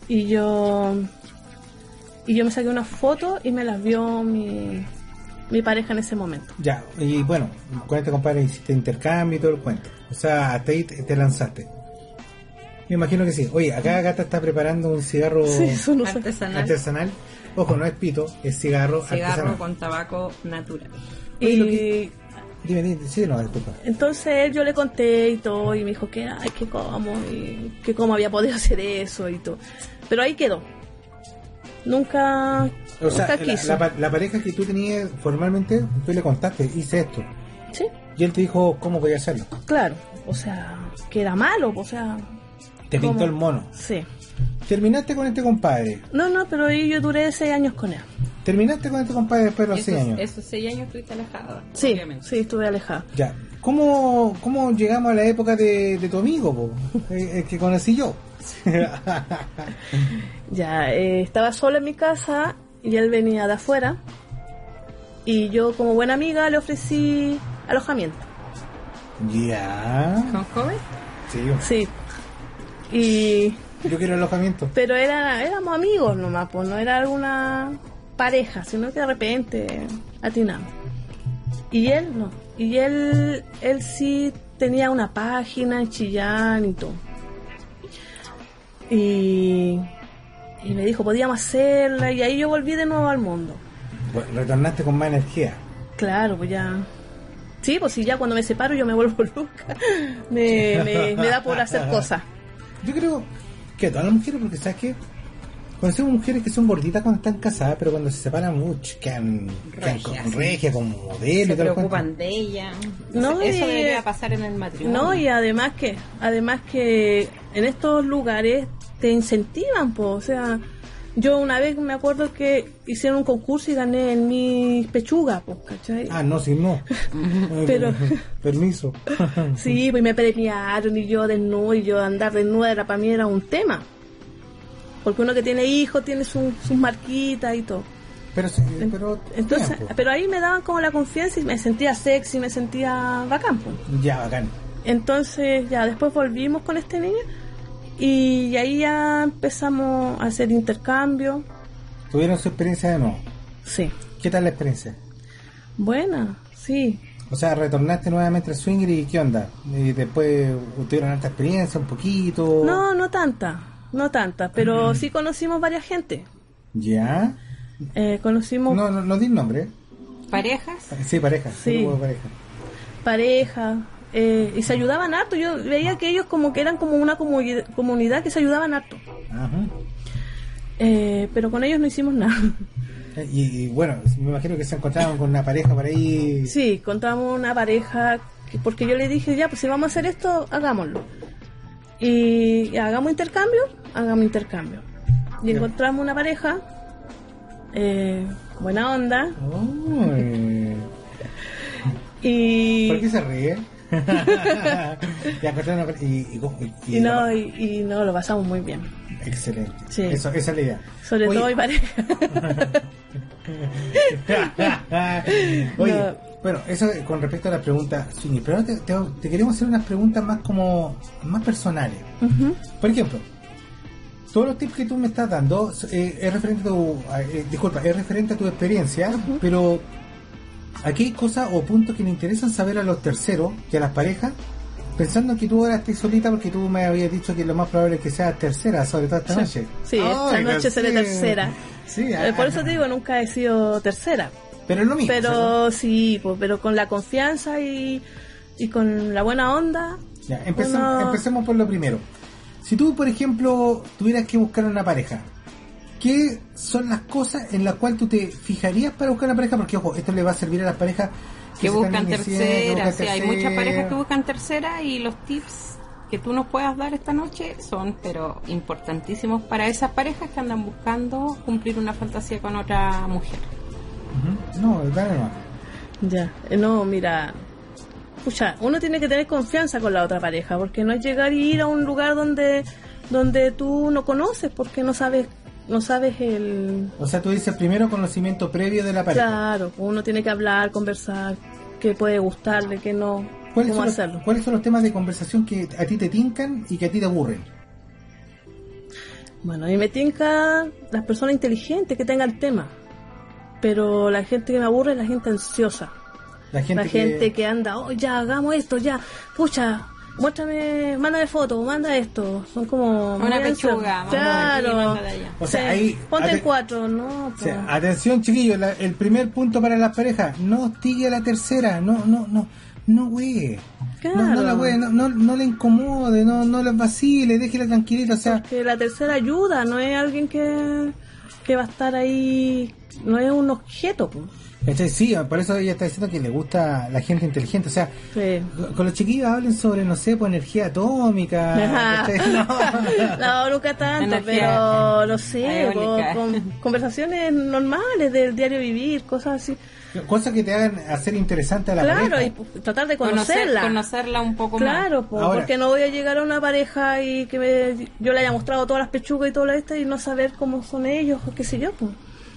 [SPEAKER 6] Y yo y yo me saqué unas fotos y me las vio mi, mi pareja en ese momento.
[SPEAKER 4] Ya, y bueno, con este compadre hiciste intercambio y todo el cuento. O sea, hasta ahí te, te lanzaste. Me imagino que sí. Oye, acá Gata está preparando un cigarro
[SPEAKER 6] Sí, eso no sé.
[SPEAKER 3] Artesanal.
[SPEAKER 4] artesanal. Ojo, no es pito, es cigarro,
[SPEAKER 3] Cigarro
[SPEAKER 4] artesanal.
[SPEAKER 3] con tabaco natural.
[SPEAKER 4] Oye, lo
[SPEAKER 6] Y
[SPEAKER 4] que- Dime, dime, sí, no, disculpa.
[SPEAKER 6] entonces yo le conté y todo y me dijo que ay, que cómo y que cómo había podido hacer eso y todo. Pero ahí quedó. Nunca
[SPEAKER 4] O sea,
[SPEAKER 6] nunca
[SPEAKER 4] la-
[SPEAKER 6] quiso.
[SPEAKER 4] la, pa- la pareja que tú tenías formalmente, tú le contaste, hice esto.
[SPEAKER 6] Sí,
[SPEAKER 4] Y él te dijo, ¿cómo voy a hacerlo?
[SPEAKER 6] claro, o sea, que era malo, o sea,
[SPEAKER 4] Te pintó
[SPEAKER 6] ¿Cómo?
[SPEAKER 4] el mono.
[SPEAKER 6] sí.
[SPEAKER 4] Terminaste con este compadre.
[SPEAKER 6] No, no, pero ahí yo duré seis años con él.
[SPEAKER 4] Terminaste con este compadre después de los seis
[SPEAKER 3] Esos,
[SPEAKER 4] años.
[SPEAKER 3] esos seis años estuviste alejada.
[SPEAKER 6] Sí,
[SPEAKER 3] obviamente.
[SPEAKER 6] sí, estuve alejada.
[SPEAKER 4] Ya. ¿Cómo, ¿Cómo llegamos a la época de, de tu amigo, po? Eh, eh, que conocí yo?
[SPEAKER 6] Ya, eh, estaba sola en mi casa y él venía de afuera. Y yo, como buena amiga, le ofrecí alojamiento.
[SPEAKER 4] ya.
[SPEAKER 3] ¿Con joven?
[SPEAKER 4] Sí.
[SPEAKER 6] Sí. Y,
[SPEAKER 4] Yo quiero alojamiento.
[SPEAKER 6] pero era, éramos amigos nomás, pues no era alguna pareja, sino que de repente atinamos. Y él no. Y él, él sí tenía una página en Chillán y todo. Y, y me dijo, podíamos hacerla. Y ahí yo volví de nuevo al mundo.
[SPEAKER 4] Bueno, retornaste con más energía.
[SPEAKER 6] Claro, pues ya. Sí, pues si ya cuando me separo yo me vuelvo *laughs* loca. Me, me- me da por hacer cosas.
[SPEAKER 4] Yo creo que a todas las mujeres, porque sabes que conocemos mujeres que son gorditas cuando están casadas, pero cuando se separan mucho, quedan, quedan
[SPEAKER 3] Regias,
[SPEAKER 4] con
[SPEAKER 3] sí.
[SPEAKER 4] regia, con modelo
[SPEAKER 3] Se
[SPEAKER 4] y todo el cuento.
[SPEAKER 3] preocupan de ella.
[SPEAKER 6] No,
[SPEAKER 3] Eso
[SPEAKER 6] y-
[SPEAKER 3] debería pasar en el matrimonio.
[SPEAKER 6] No, y además que, además que en estos lugares te incentivan, pues, o sea, yo una vez me acuerdo que hicieron un concurso y gané en mis pechugas, pues, ¿cachai?
[SPEAKER 4] Ah, no, sí, no.
[SPEAKER 6] Pero-
[SPEAKER 4] Permiso.
[SPEAKER 6] Sí, pues y me premiaron y yo desnuda y yo andar desnuda era para mí era un tema. Porque uno que tiene hijos tiene su- sus marquitas y todo.
[SPEAKER 4] Pero, sí, pero
[SPEAKER 6] Entonces,
[SPEAKER 4] ya, po.
[SPEAKER 6] pero ahí me daban como la confianza y me sentía sexy, me sentía bacán. po.
[SPEAKER 4] ya, bacán.
[SPEAKER 6] Entonces ya después volvimos con este niño y ahí ya empezamos a hacer intercambio.
[SPEAKER 4] Tuvieron su experiencia de nuevo.
[SPEAKER 6] Sí,
[SPEAKER 4] ¿Qué tal la experiencia?
[SPEAKER 6] buena, sí.
[SPEAKER 4] O sea, retornaste nuevamente al swinger y ¿qué onda? Y después tuvieron alta experiencia, un poquito.
[SPEAKER 6] No, no tanta, no tanta, pero sí conocimos varias gente.
[SPEAKER 4] ¿Ya?
[SPEAKER 6] Eh, conocimos
[SPEAKER 4] No, no, no di nombre.
[SPEAKER 5] ¿Parejas?
[SPEAKER 4] Sí, pareja.
[SPEAKER 6] Sí.
[SPEAKER 4] grupo de pareja.
[SPEAKER 6] pareja eh, y se ayudaban harto. Yo veía que ellos como que eran como una comuni- comunidad que se ayudaban harto.
[SPEAKER 4] Ajá.
[SPEAKER 6] Eh, pero con ellos no hicimos nada.
[SPEAKER 4] Y, y bueno, me imagino que se encontraron con una pareja por ahí.
[SPEAKER 6] Sí, contamos una pareja, que- porque yo le dije, ya, pues si vamos a hacer esto, hagámoslo. Y, y hagamos intercambio, hagamos intercambio. Y
[SPEAKER 4] Ya.
[SPEAKER 6] encontramos una pareja, eh, buena onda,
[SPEAKER 4] Uy. ¿Por qué
[SPEAKER 6] y,
[SPEAKER 4] se ríe? *laughs* Ya, encontraron una pare- y, y, cómo- y-
[SPEAKER 6] y no, y, y no, lo pasamos muy bien.
[SPEAKER 4] Excelente.
[SPEAKER 6] Sí.
[SPEAKER 4] Eso, esa es la idea.
[SPEAKER 6] Sobre
[SPEAKER 4] Oye,
[SPEAKER 6] todo mi pareja.
[SPEAKER 4] *laughs* Oye,
[SPEAKER 6] No.
[SPEAKER 4] bueno, eso es con respecto a las preguntas, Sweeney, pero ahora te, te- te queremos hacer unas preguntas más como más personales.
[SPEAKER 6] Ujú.
[SPEAKER 4] Por ejemplo, todos los tips que tú me estás dando eh, es referente a tu, a- eh, disculpa, es referente a tu experiencia, pero aquí hay cosas o puntos que le interesan saber a los terceros y a las parejas, pensando que tú ahora estás solita porque tú me habías dicho que lo más probable es que seas tercera, sobre todo esta
[SPEAKER 6] Sí.
[SPEAKER 4] noche.
[SPEAKER 6] Sí, esta
[SPEAKER 4] Ay,
[SPEAKER 6] noche seré
[SPEAKER 4] sí.
[SPEAKER 6] tercera.
[SPEAKER 4] Sí,
[SPEAKER 6] Eh, por
[SPEAKER 4] ah,
[SPEAKER 6] eso te digo, nunca he sido tercera.
[SPEAKER 4] Pero es lo mismo. ¿cierto?
[SPEAKER 6] Pero sí, pues, pero con la confianza y, y con la buena onda.
[SPEAKER 4] Ya, empecemos,
[SPEAKER 6] uno-
[SPEAKER 4] empecemos por lo primero. Si tú, por ejemplo, tuvieras que buscar una pareja, ¿qué son las cosas en las cuales tú te fijarías para buscar una pareja? Porque, ojo, esto le va a servir a las parejas se
[SPEAKER 5] que
[SPEAKER 4] están
[SPEAKER 5] buscan
[SPEAKER 4] iniciando,
[SPEAKER 5] tercera,
[SPEAKER 4] buscan
[SPEAKER 5] sí, hay
[SPEAKER 4] tercera.
[SPEAKER 5] muchas parejas que buscan tercera y los tips que tú nos puedas dar esta noche son pero importantísimos para esas parejas que andan buscando cumplir una fantasía con otra mujer.
[SPEAKER 4] Ujú. No, dale nomás.
[SPEAKER 6] Ya, eh, no, mira. Pucha, uno tiene que tener confianza con la otra pareja, porque no es llegar y ir a un lugar donde, donde tú no conoces, porque no sabes, no sabes el.
[SPEAKER 4] O sea, tú dices primero conocimiento previo de la pareja.
[SPEAKER 6] Claro, uno tiene que hablar, conversar, qué puede gustarle, qué no.
[SPEAKER 4] ¿Cuáles
[SPEAKER 6] cómo
[SPEAKER 4] son, los,
[SPEAKER 6] hacerlo.
[SPEAKER 4] ¿Cuáles son los temas de conversación que a ti te tincan y que a ti te aburren?
[SPEAKER 6] Bueno, y me tinca las personas inteligentes que tengan el tema. Pero la gente que me aburre es la gente ansiosa.
[SPEAKER 4] La gente,
[SPEAKER 6] la gente que... anda, oh, ya, hagamos esto, ya, pucha, muéstrame, mándame foto, manda esto. Son como.
[SPEAKER 5] Una
[SPEAKER 6] muy ansiosos.
[SPEAKER 5] pechuga, manda de aquí,
[SPEAKER 6] Claro.
[SPEAKER 5] manda de allá.
[SPEAKER 4] O sea,
[SPEAKER 6] Sí,
[SPEAKER 4] ahí-
[SPEAKER 6] Ponte
[SPEAKER 4] ate-
[SPEAKER 6] el cuatro, ¿no?
[SPEAKER 4] O sea,
[SPEAKER 6] po.
[SPEAKER 4] atención chiquillos, la- el primer punto para las parejas, no hostigue a la tercera, no, no, no, no güey. No, no la
[SPEAKER 6] Pues,
[SPEAKER 4] güey,
[SPEAKER 6] Claro.
[SPEAKER 4] no, no, no le incomode, no, no la vacile, déjela tranquilita, o sea,
[SPEAKER 6] Porque la tercera ayuda, no es alguien que, que va a estar ahí, no es un objeto. pues. po.
[SPEAKER 4] ¿cachai? sí, por eso ella está diciendo que le gusta la gente inteligente, o sea,
[SPEAKER 6] Sí.
[SPEAKER 4] con los chiquillos hablen sobre, no sé, pues energía atómica,
[SPEAKER 6] *laughs* Ajá.
[SPEAKER 4] ¿cachai? Ah, No.
[SPEAKER 6] No, nunca tanto,
[SPEAKER 5] Energía
[SPEAKER 6] pero no sé, po,
[SPEAKER 5] eólica.
[SPEAKER 6] con-
[SPEAKER 5] *laughs*
[SPEAKER 6] conversaciones normales del diario vivir, cosas así.
[SPEAKER 4] cosas que te hagan hacer interesante a la
[SPEAKER 6] Claro,
[SPEAKER 4] pareja.
[SPEAKER 6] y pues, tratar de
[SPEAKER 5] Conocer-
[SPEAKER 6] conocerla.
[SPEAKER 5] conocerla un poco más.
[SPEAKER 6] Claro, po,
[SPEAKER 4] Ahora.
[SPEAKER 6] porque no voy a llegar a una pareja y que me- yo le haya mostrado todas las pechugas y todo lo este y no saber cómo son ellos, o qué sé yo. po.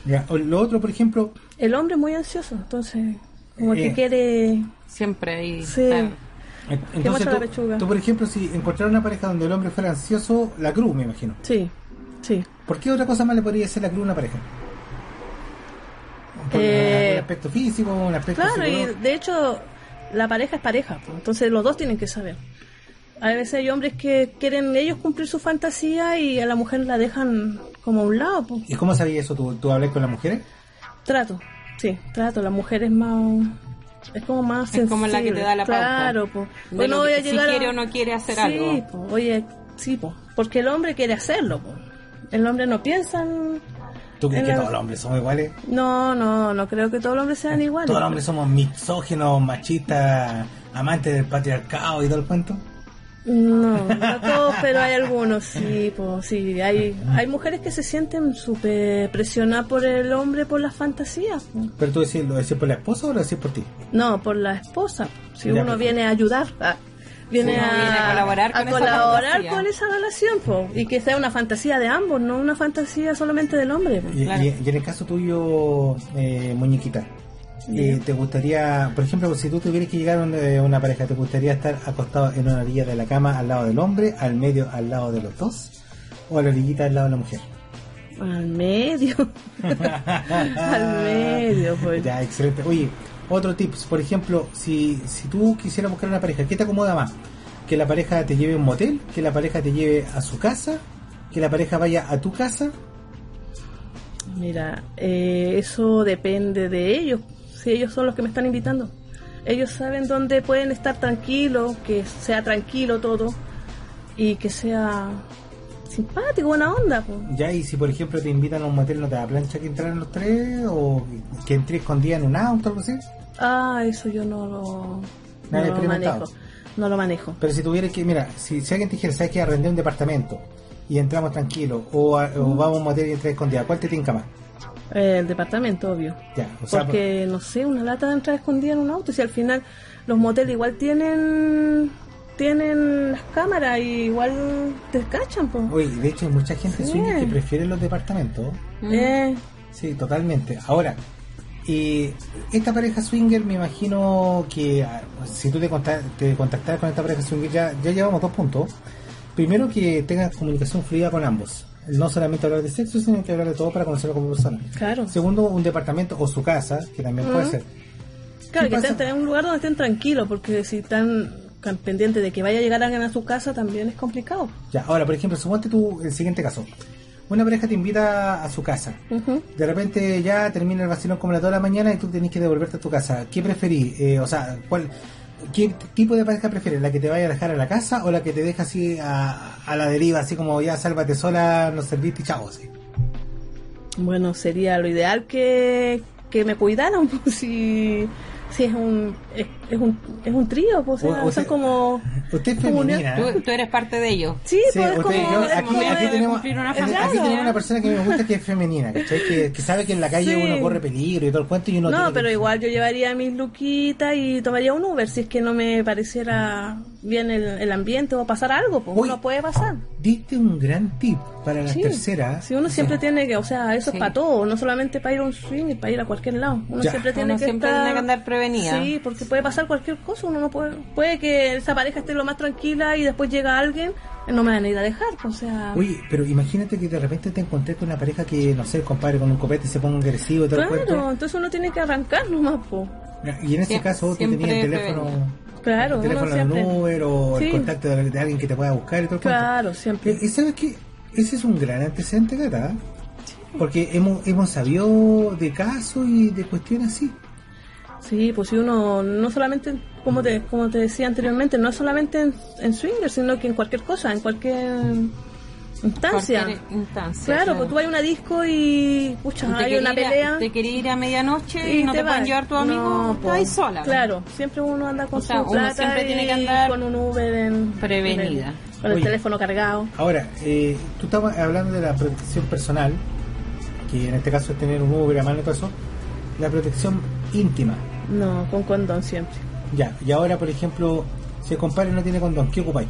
[SPEAKER 4] Ya, o Lo otro, por ejemplo,
[SPEAKER 6] El hombre es muy ansioso, entonces, como
[SPEAKER 4] Eh.
[SPEAKER 6] que quiere...
[SPEAKER 5] Siempre ahí.
[SPEAKER 6] Sí.
[SPEAKER 5] claro.
[SPEAKER 4] en-
[SPEAKER 6] muestra
[SPEAKER 4] entonces
[SPEAKER 6] la
[SPEAKER 4] tú,
[SPEAKER 6] pechuga.
[SPEAKER 4] tú, por ejemplo, si encontrar una pareja donde el hombre fuera ansioso, la cruz, me imagino.
[SPEAKER 6] Sí, sí.
[SPEAKER 4] ¿Por qué otra cosa más le podría hacer la cruz a una pareja? ¿Por
[SPEAKER 6] Eh,
[SPEAKER 4] un aspecto físico, un aspecto
[SPEAKER 6] Claro, y
[SPEAKER 4] psicológico?
[SPEAKER 6] de hecho la pareja es pareja, pues, entonces los dos tienen que saber. A veces hay hombres que quieren ellos cumplir su fantasía y a la mujer la dejan como a un lado. pues.
[SPEAKER 4] ¿Y cómo sabías eso? ¿Tú, tú hablas con las mujeres?
[SPEAKER 6] Trato, sí, trato. La mujer es más... Es como más
[SPEAKER 5] Es como la que
[SPEAKER 6] sensible,
[SPEAKER 5] te da la pauta.
[SPEAKER 6] Claro, pues.
[SPEAKER 5] De
[SPEAKER 6] Hoy
[SPEAKER 5] lo
[SPEAKER 6] no voy
[SPEAKER 5] que- si
[SPEAKER 6] a llegar a-
[SPEAKER 5] quiere o no quiere hacer
[SPEAKER 6] Sí,
[SPEAKER 5] algo.
[SPEAKER 6] pues, oye, sí, pues, Porque el hombre quiere hacerlo, pues. El hombre no piensa en-
[SPEAKER 4] ¿Tú crees
[SPEAKER 6] En
[SPEAKER 4] que
[SPEAKER 6] la-
[SPEAKER 4] todos los hombres somos iguales?
[SPEAKER 6] No, no, no creo que todos los hombres sean iguales.
[SPEAKER 4] Eh, ¿Todos los hombres somos misóginos, machistas, amantes del patriarcado y todo el cuento?
[SPEAKER 6] No, no todos, pero hay algunos, sí, pues, sí. Hay, hay mujeres que se sienten súper presionadas por el hombre, por las fantasías. po.
[SPEAKER 4] ¿Pero tú decís, lo decís por la esposa o lo decís por ti?
[SPEAKER 6] No, por la esposa. po. Si
[SPEAKER 4] Ya,
[SPEAKER 6] uno
[SPEAKER 4] perfecto.
[SPEAKER 6] viene a ayudar, ah, viene,
[SPEAKER 5] uno
[SPEAKER 6] a,
[SPEAKER 5] viene a colaborar
[SPEAKER 6] a
[SPEAKER 5] con esa
[SPEAKER 6] colaborar
[SPEAKER 5] fantasía.
[SPEAKER 6] con esa relación, po. y que sea una fantasía de ambos, no una fantasía solamente del hombre. po.
[SPEAKER 4] Y,
[SPEAKER 5] Claro.
[SPEAKER 4] y- y en el caso tuyo, eh, muñequita, eh, ¿te gustaría, por ejemplo, si tú tuvieras que llegar a una, a una pareja, ¿te gustaría estar acostado en una orilla de la cama al lado del hombre, al medio al lado de los dos, o a la orillita al lado de la mujer?
[SPEAKER 6] Al medio. *laughs* Al medio, pues.
[SPEAKER 4] Ah, Ya, excelente. Oye, otro tips, por ejemplo, si, si tú quisieras buscar una pareja, ¿qué te acomoda más? ¿Que la pareja te lleve a un motel? ¿Que la pareja te lleve a su casa? ¿Que la pareja vaya a tu casa?
[SPEAKER 6] Mira, eh, eso depende de ellos. Si ellos son los que me están invitando, ellos saben dónde pueden estar tranquilos, que sea tranquilo todo y que sea simpático, buena onda. po.
[SPEAKER 4] Ya, y si por ejemplo te invitan a un motel, ¿no te da plancha que entraran los tres? ¿O que entré escondida en un auto o algo así?
[SPEAKER 6] Ah, eso yo no lo,
[SPEAKER 4] ¿No has
[SPEAKER 6] no lo
[SPEAKER 4] experimentado?
[SPEAKER 6] manejo. No lo manejo.
[SPEAKER 4] Pero si tuvieras que, mira, si, si alguien te dijera, ¿sabes qué? Arrendé un departamento y entramos tranquilos, o, a-
[SPEAKER 6] Mm.
[SPEAKER 4] o vamos a un motel y entré escondida, ¿cuál te tinca más?
[SPEAKER 6] Eh, el departamento, obvio.
[SPEAKER 4] Ya, o sea,
[SPEAKER 6] Porque, no sé, una lata de entrada escondida en un auto. Si al final los moteles igual tienen tienen las cámaras y igual te cachan, pues.
[SPEAKER 4] Oye, de hecho hay mucha gente
[SPEAKER 6] Sí.
[SPEAKER 4] sueña que prefiere los departamentos.
[SPEAKER 6] Eh,
[SPEAKER 4] Sí, totalmente. Ahora, eh, esta pareja swinger, me imagino que ah, si tú te, conta- te contactaras con esta pareja swinger, ya, ya llevamos dos puntos. Primero, que tengas comunicación fluida con ambos. No solamente hablar de sexo, sino que hablar de todo para conocerlo como persona.
[SPEAKER 6] claro.
[SPEAKER 4] Segundo, un departamento o su casa, que también puede ser.
[SPEAKER 6] Claro,
[SPEAKER 4] ¿Qué
[SPEAKER 6] que
[SPEAKER 4] pasa?
[SPEAKER 6] estén en un lugar donde estén tranquilos, porque si están can- pendientes de que vaya a llegar alguien a su casa también es complicado.
[SPEAKER 4] Ya, ahora, por ejemplo, suponte tú el siguiente caso. Una pareja te invita a su casa.
[SPEAKER 6] Ujú.
[SPEAKER 4] De repente ya termina el vacilón como a las 2 de la mañana y tú tenés que devolverte a tu casa. ¿Qué preferís? Eh, o sea, ¿cuál, ¿qué t- tipo de pareja prefieres? ¿La que te vaya a dejar a la casa o la que te deja así a, a la deriva, así como ya sálvate sola, nos serviste y chao? así?
[SPEAKER 6] Bueno, sería lo ideal que, que me cuidaran, *laughs* pues, si, si es un es, es un, es un trío, pues, o sea,
[SPEAKER 4] O- o
[SPEAKER 6] son
[SPEAKER 4] sea,
[SPEAKER 6] como...
[SPEAKER 4] Usted es
[SPEAKER 6] como
[SPEAKER 4] femenina. ¿eh?
[SPEAKER 5] Tú, tú eres parte de ellos.
[SPEAKER 6] Sí,
[SPEAKER 4] Sí,
[SPEAKER 6] pues es
[SPEAKER 4] usted-
[SPEAKER 6] como...
[SPEAKER 4] yo-
[SPEAKER 6] es
[SPEAKER 4] aquí,
[SPEAKER 6] como-
[SPEAKER 4] aquí
[SPEAKER 5] de
[SPEAKER 4] tenemos,
[SPEAKER 5] cumplir una
[SPEAKER 4] aquí
[SPEAKER 5] familia.
[SPEAKER 4] tenemos una persona que me gusta que es femenina, ¿cachai? Que, que sabe que en la calle
[SPEAKER 6] Sí.
[SPEAKER 4] uno corre peligro y todo el cuento y uno tiene
[SPEAKER 6] No,
[SPEAKER 4] que-
[SPEAKER 6] pero igual yo llevaría mis luquitas y tomaría un Uber si es que no me pareciera bien el, el ambiente o pasar algo, pues
[SPEAKER 4] Uy.
[SPEAKER 6] uno puede pasar.
[SPEAKER 4] Diste un gran tip para las
[SPEAKER 6] Sí.
[SPEAKER 4] terceras.
[SPEAKER 6] Si uno siempre tiene que, o sea, eso
[SPEAKER 5] Sí.
[SPEAKER 6] es para todo, no solamente para ir a un swing y para ir a cualquier lado. Uno
[SPEAKER 4] Ya.
[SPEAKER 6] siempre tiene
[SPEAKER 5] Uno
[SPEAKER 6] que
[SPEAKER 5] siempre
[SPEAKER 6] estar-
[SPEAKER 5] tiene que andar prevenida.
[SPEAKER 6] Sí, porque puede pasar cualquier cosa, uno no puede, puede que esa pareja esté lo más tranquila y después llega alguien, no me van a ir a dejar, pues, o sea,
[SPEAKER 4] Oye, pero imagínate que de repente te encontré con una pareja que, no sé, el compadre con un copete se ponga agresivo y todo el
[SPEAKER 6] claro,
[SPEAKER 4] cuento.
[SPEAKER 6] entonces uno tiene que arrancar nomás, pues. po.
[SPEAKER 4] Y en ese
[SPEAKER 5] Sie-
[SPEAKER 4] caso tú
[SPEAKER 5] siempre
[SPEAKER 4] tenías el teléfono,
[SPEAKER 6] Claro,
[SPEAKER 4] el
[SPEAKER 6] uno
[SPEAKER 4] teléfono del
[SPEAKER 6] siempre,
[SPEAKER 4] Uber o
[SPEAKER 6] Sí.
[SPEAKER 4] el contacto de, de alguien que te pueda buscar y todo el cuento. Eh,
[SPEAKER 6] claro,
[SPEAKER 4] Y
[SPEAKER 6] siempre.
[SPEAKER 4] y sabes que ese es un gran antecedente, Cata. Porque hemos, hemos sabido de casos y de cuestiones así.
[SPEAKER 6] Sí, pues si uno no solamente, como te, como te decía anteriormente, no solamente en, en swinger, sino que en cualquier cosa, en cualquier instancia.
[SPEAKER 5] Cualquier instancia,
[SPEAKER 6] claro, pues tú vas a una disco y, pucha,
[SPEAKER 5] Te
[SPEAKER 6] hay
[SPEAKER 5] quería
[SPEAKER 6] una
[SPEAKER 5] ir a-
[SPEAKER 6] pelea
[SPEAKER 5] Te quería ir a medianoche y, no te,
[SPEAKER 6] vas.
[SPEAKER 5] pueden llevar tu amigo,
[SPEAKER 6] No,
[SPEAKER 5] estás
[SPEAKER 6] po.
[SPEAKER 5] ahí sola.
[SPEAKER 6] Claro, siempre uno anda con
[SPEAKER 5] O sea,
[SPEAKER 6] su
[SPEAKER 5] uno
[SPEAKER 6] plata
[SPEAKER 5] siempre tiene que
[SPEAKER 6] y
[SPEAKER 5] andar
[SPEAKER 6] con un Uber en-
[SPEAKER 5] prevenida.
[SPEAKER 6] Con el
[SPEAKER 4] Oye.
[SPEAKER 6] teléfono cargado.
[SPEAKER 4] Ahora, eh, tú estabas hablando de la protección personal, que en este caso es tener un Uber a mano y todo eso. La protección íntima.
[SPEAKER 6] No, con condón siempre.
[SPEAKER 4] Ya, y ahora, por ejemplo, si el compadre no tiene condón, ¿qué ocupáis?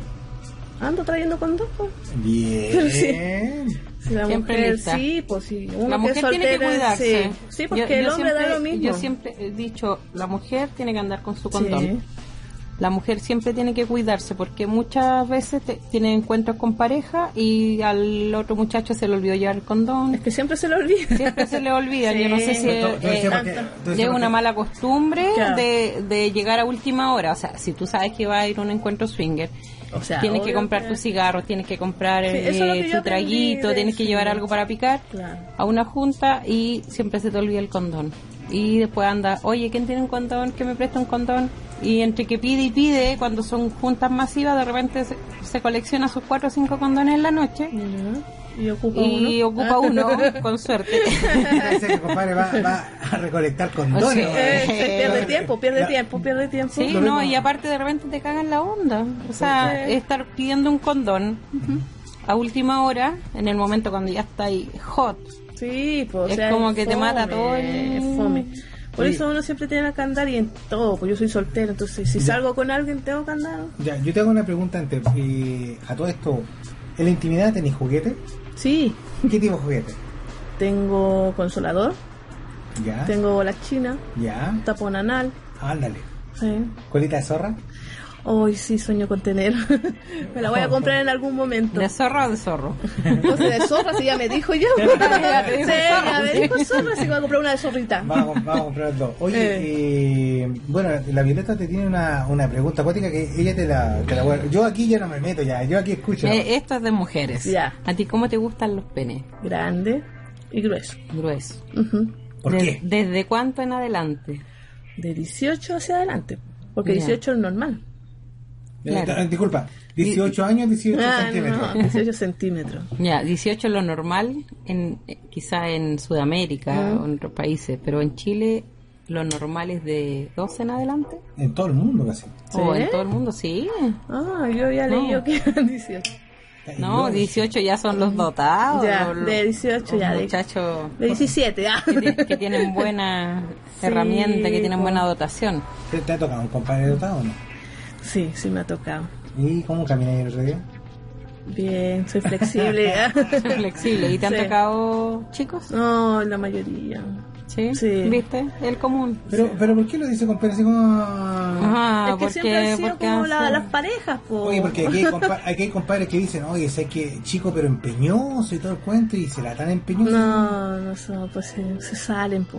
[SPEAKER 6] Ando trayendo condón, pues.
[SPEAKER 4] Bien.
[SPEAKER 6] Si la
[SPEAKER 5] Siempre
[SPEAKER 6] mujer,
[SPEAKER 5] lista.
[SPEAKER 6] sí, pues sí. Uno
[SPEAKER 5] La
[SPEAKER 6] que es
[SPEAKER 5] mujer tiene que
[SPEAKER 6] soltera,
[SPEAKER 5] cuidarse.
[SPEAKER 6] Sí, Sí,
[SPEAKER 5] Yo-
[SPEAKER 6] porque
[SPEAKER 5] yo
[SPEAKER 6] el hombre
[SPEAKER 5] siempre-
[SPEAKER 6] da lo mismo.
[SPEAKER 5] Yo siempre he dicho, la mujer tiene que andar con su
[SPEAKER 6] Sí.
[SPEAKER 5] condón. La mujer siempre tiene que cuidarse porque muchas veces te- tiene encuentros con pareja y al otro muchacho se le olvidó llevar el condón.
[SPEAKER 6] Es que siempre se lo olvida.
[SPEAKER 5] Siempre se le olvida. Yo no sé si
[SPEAKER 6] *laughs* Sí.
[SPEAKER 5] eh,
[SPEAKER 4] Entonces, decíamos que-
[SPEAKER 6] tanto.
[SPEAKER 4] entonces
[SPEAKER 5] Llega
[SPEAKER 4] decíamos
[SPEAKER 5] una
[SPEAKER 4] que-
[SPEAKER 5] mala costumbre
[SPEAKER 6] Claro.
[SPEAKER 5] de, de llegar a última hora. O sea, si tú sabes que va a ir a un encuentro swinger,
[SPEAKER 6] O sea,
[SPEAKER 5] tienes que
[SPEAKER 6] obvio
[SPEAKER 5] comprar
[SPEAKER 6] que-
[SPEAKER 5] tus cigarros, tienes que comprar
[SPEAKER 6] Sí,
[SPEAKER 5] eh,
[SPEAKER 6] eso es lo que yo
[SPEAKER 5] tu
[SPEAKER 6] aprendí
[SPEAKER 5] traguito,
[SPEAKER 6] de
[SPEAKER 5] tienes que llevar
[SPEAKER 6] swinger.
[SPEAKER 5] algo para picar
[SPEAKER 6] Claro.
[SPEAKER 5] a una junta y siempre se te olvida el condón. Y después anda, oye, ¿quién tiene un condón? ¿Quién me presta un condón? Y entre que pide y pide, cuando son juntas masivas, de repente se, se colecciona sus cuatro o cinco condones en la noche
[SPEAKER 6] Ya. Y ocupa uno. Ah.
[SPEAKER 5] y ocupa uno,
[SPEAKER 6] *laughs*
[SPEAKER 5] con suerte.
[SPEAKER 4] Parece que el compadre va, va a recolectar condones.
[SPEAKER 5] O sea,
[SPEAKER 6] Eh, se
[SPEAKER 5] *laughs*
[SPEAKER 6] pierde tiempo, pierde
[SPEAKER 4] La-
[SPEAKER 6] tiempo, pierde tiempo.
[SPEAKER 5] Sí,
[SPEAKER 4] Lo
[SPEAKER 5] no,
[SPEAKER 4] mismo.
[SPEAKER 5] y aparte de repente te cagan la onda. O sea, estar pidiendo un condón a última hora, en el momento cuando ya está ahí hot.
[SPEAKER 6] Sí, pues, o
[SPEAKER 5] Es
[SPEAKER 6] sea,
[SPEAKER 5] como que te mata todo el-
[SPEAKER 6] es fome. Por
[SPEAKER 4] Oye.
[SPEAKER 6] eso uno siempre tiene que andar y en todo, pues yo soy soltero, entonces si salgo con alguien tengo que andar.
[SPEAKER 4] Ya, yo te hago una pregunta antes. eh, a todo esto, ¿en la intimidad tenéis juguete?
[SPEAKER 6] Sí,
[SPEAKER 4] ¿Qué tipo de juguete?
[SPEAKER 6] tengo consolador,
[SPEAKER 4] Ya.
[SPEAKER 6] tengo bolas chinas,
[SPEAKER 4] Ya.
[SPEAKER 6] tapón anal.
[SPEAKER 4] Ándale.
[SPEAKER 6] Sí.
[SPEAKER 4] ¿Colita de zorra?
[SPEAKER 6] Hoy sí sueño con tener. *laughs* Me la voy a comprar en algún momento.
[SPEAKER 5] ¿De zorro o de zorro?
[SPEAKER 6] No sé, de zorra, si ya me dijo yo. Sí, ya me dijo zorra, si voy a comprar una de zorrita.
[SPEAKER 4] Vamos, vamos a comprar dos. Oye, eh, bueno, la Violeta te tiene una, una pregunta acuática que ella te la, te la voy a- Yo aquí ya no me meto ya, yo aquí escucho.
[SPEAKER 5] Eh, esto es de mujeres.
[SPEAKER 6] Ya.
[SPEAKER 5] ¿A ti cómo te gustan los penes?
[SPEAKER 6] Grande y grueso.
[SPEAKER 5] Grueso.
[SPEAKER 6] Ujú.
[SPEAKER 4] ¿Por
[SPEAKER 5] De-
[SPEAKER 4] qué?
[SPEAKER 5] ¿Desde cuánto en adelante?
[SPEAKER 6] De 18 hacia adelante. Porque
[SPEAKER 5] Ya.
[SPEAKER 6] 18 es normal.
[SPEAKER 4] Eh,
[SPEAKER 5] claro.
[SPEAKER 4] Disculpa, 18 años, 18
[SPEAKER 6] Ah,
[SPEAKER 4] centímetros.
[SPEAKER 6] no, 18 centímetros.
[SPEAKER 5] Ya, 18 lo normal, en, eh, quizá en Sudamérica
[SPEAKER 6] Ah.
[SPEAKER 5] o en otros países, pero en Chile lo normal es de 12 en adelante.
[SPEAKER 4] En todo el mundo casi.
[SPEAKER 5] O
[SPEAKER 6] ¿Sí?
[SPEAKER 5] en todo el mundo, sí.
[SPEAKER 6] Ah, yo había
[SPEAKER 5] No.
[SPEAKER 6] leído que eran 18.
[SPEAKER 5] No,
[SPEAKER 4] Y luego-
[SPEAKER 5] 18 ya son los dotados.
[SPEAKER 6] Mm. Ya,
[SPEAKER 5] los-
[SPEAKER 6] de 18 ya,
[SPEAKER 5] los
[SPEAKER 6] de-
[SPEAKER 5] muchachos
[SPEAKER 6] De 17, ah.
[SPEAKER 5] que, tie- que
[SPEAKER 6] *laughs*
[SPEAKER 5] tienen buena
[SPEAKER 6] Sí,
[SPEAKER 5] herramienta, que tienen
[SPEAKER 6] po.
[SPEAKER 5] buena dotación.
[SPEAKER 4] ¿Te, te ha tocado un compadre dotado o no?
[SPEAKER 6] Sí, sí me ha tocado.
[SPEAKER 4] ¿Y cómo camináis el otro día?
[SPEAKER 6] Bien, soy flexible. *laughs* ah.
[SPEAKER 5] Son flexibles. ¿Y te han
[SPEAKER 6] Sí.
[SPEAKER 5] tocado chicos?
[SPEAKER 6] No, la mayoría.
[SPEAKER 5] ¿Sí?
[SPEAKER 6] Sí.
[SPEAKER 5] ¿Viste? El común.
[SPEAKER 4] Pero, pero ¿por qué lo dice compadre así como... ah?
[SPEAKER 5] Ah,
[SPEAKER 6] es que siempre han sido
[SPEAKER 5] porque
[SPEAKER 6] como la-
[SPEAKER 5] hacen-
[SPEAKER 6] las parejas, po.
[SPEAKER 4] Oye, porque aquí hay, compa- aquí hay compadres que dicen, oye, sé que chico pero empeñoso y todo el cuento y se la tan empeñoso.
[SPEAKER 6] *laughs* No, no son, pues se, se salen, po.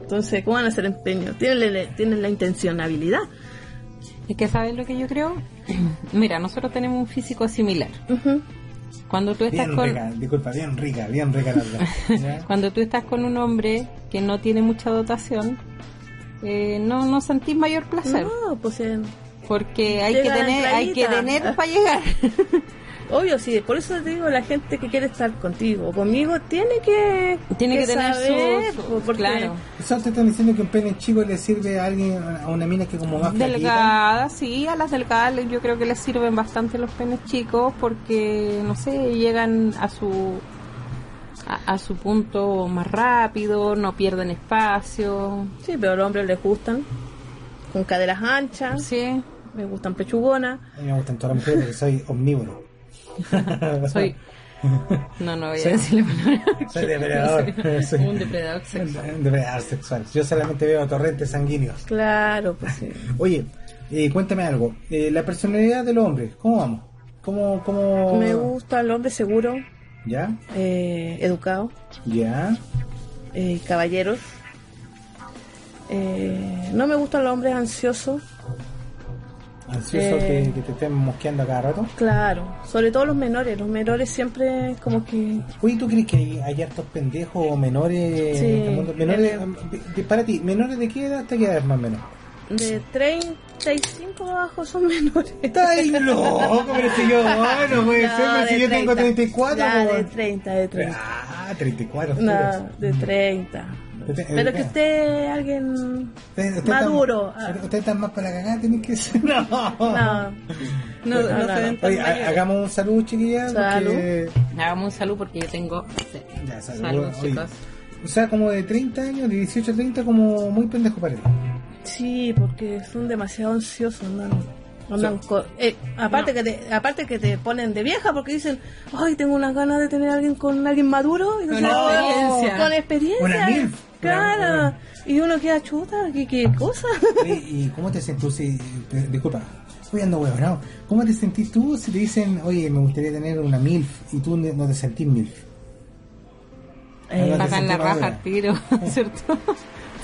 [SPEAKER 6] Entonces, ¿cómo van a hacer empeño? Tienen, la- tienen la intencionabilidad.
[SPEAKER 5] Es que sabes lo que yo creo. *clears throat* Mira, nosotros tenemos un físico similar.
[SPEAKER 6] Ujú.
[SPEAKER 5] Cuando tú estás
[SPEAKER 4] Bien
[SPEAKER 5] con
[SPEAKER 4] rica, disculpa, bien rica, bien rica la verdad. ¿Ya?
[SPEAKER 5] cuando tú estás con un hombre que no tiene mucha dotación, eh, no no sentís mayor placer.
[SPEAKER 6] No, pues eh,
[SPEAKER 5] Porque hay que
[SPEAKER 6] Llega la
[SPEAKER 5] tener, hay que
[SPEAKER 6] entradita.
[SPEAKER 5] tener para llegar.
[SPEAKER 6] *laughs* obvio, sí. Por eso te digo, la gente que quiere estar contigo o conmigo tiene que.
[SPEAKER 5] Tiene que tener su-
[SPEAKER 6] saber,
[SPEAKER 5] su-
[SPEAKER 6] po, porque
[SPEAKER 5] claro.
[SPEAKER 4] Eso te están diciendo que un pene chico le sirve a alguien, a una mina que como más flaquita.
[SPEAKER 5] Delgadas, sí, a las delgadas les- yo creo que les sirven bastante los penes chicos porque, no sé, llegan a su a, a su punto más rápido, no pierden espacio.
[SPEAKER 6] Sí, pero a los hombres les gustan. Con caderas anchas,
[SPEAKER 5] Sí,
[SPEAKER 6] me gustan pechugonas.
[SPEAKER 4] *laughs* A mí me gustan todas las mujeres porque soy omnívoro.
[SPEAKER 5] soy No, no voy
[SPEAKER 4] Sí.
[SPEAKER 5] a decir la palabra.
[SPEAKER 4] Soy depredador. *laughs* Soy
[SPEAKER 3] Un depredador sexual.
[SPEAKER 4] un depredador sexual. Yo solamente veo torrentes sanguíneos.
[SPEAKER 6] Claro, pues sí.
[SPEAKER 4] Oye, eh, cuéntame algo. Eh, la personalidad del hombre, ¿cómo vamos? ¿Cómo,
[SPEAKER 5] Oh.
[SPEAKER 4] cómo...
[SPEAKER 6] Me gusta el hombre seguro,
[SPEAKER 4] ¿Ya?
[SPEAKER 6] eh, educado,
[SPEAKER 4] ¿Ya?
[SPEAKER 6] eh, caballeros. Eh, no me gustan los hombres ansiosos,
[SPEAKER 4] Ansioso
[SPEAKER 6] Eh.
[SPEAKER 4] que, que te estén mosqueando a cada rato.
[SPEAKER 6] claro. Sobre todo los menores. Los menores siempre como que...
[SPEAKER 4] Oye, ¿tú crees que hay, hay hartos pendejos o menores
[SPEAKER 6] Sí.
[SPEAKER 4] en este mundo? Menores, de- de- para ti, ¿menores de qué edad hasta qué edad es más o menos?
[SPEAKER 6] De 35 abajo son menores.
[SPEAKER 4] *laughs* ¡Ay, loco! Pero si yo, bueno, *laughs* puede ser,
[SPEAKER 6] No,
[SPEAKER 4] pero si
[SPEAKER 6] de
[SPEAKER 4] yo tengo 34,
[SPEAKER 6] 30. Ya,
[SPEAKER 4] po.
[SPEAKER 6] de 30, de 30.
[SPEAKER 4] Ah, 34.
[SPEAKER 6] No,
[SPEAKER 4] ustedes.
[SPEAKER 6] de 30.
[SPEAKER 4] Usted-
[SPEAKER 6] Pero que
[SPEAKER 4] eh,
[SPEAKER 6] usted alguien...
[SPEAKER 4] ustedes- ustedes
[SPEAKER 6] maduro. Ah.
[SPEAKER 4] están- Ustedes están más para cagar, tienen que ser. *laughs* No.
[SPEAKER 6] *laughs* No,
[SPEAKER 3] No, no,
[SPEAKER 6] No, no,
[SPEAKER 3] se ven
[SPEAKER 6] no.
[SPEAKER 3] tan
[SPEAKER 4] Oye, ha-
[SPEAKER 3] mayores.
[SPEAKER 4] hagamos un saludo, chiquillas. porque-
[SPEAKER 5] Hagamos un salud porque yo tengo. sed.
[SPEAKER 4] Ya, salud,
[SPEAKER 5] Salud,
[SPEAKER 4] oye.
[SPEAKER 5] chicos.
[SPEAKER 4] O sea, como de 30 años, de 18 a 30, como muy pendejo para ti.
[SPEAKER 6] sí, porque son demasiado ansiosos, andan, andan co- eh, aparte que te, aparte que te ponen de vieja porque dicen, ay, tengo unas ganas de tener a alguien con alguien maduro y no
[SPEAKER 3] Con experiencia.
[SPEAKER 6] con experiencia,
[SPEAKER 4] Una milf.
[SPEAKER 6] claro,
[SPEAKER 4] Una-
[SPEAKER 6] y uno queda chuta, ¿qué, qué cosa?
[SPEAKER 4] Oye, ¿Y cómo te sentís tú si... te- disculpa, estoy ando huevonao. ¿Cómo te sentís tú si te dicen, oye, me gustaría tener una MILF y tú ne- no te sentís MILF?
[SPEAKER 6] Eh,
[SPEAKER 4] Ahora te
[SPEAKER 5] Pagan la
[SPEAKER 4] sentís
[SPEAKER 5] raja
[SPEAKER 4] madura.
[SPEAKER 5] al tiro, *laughs* ¿cierto?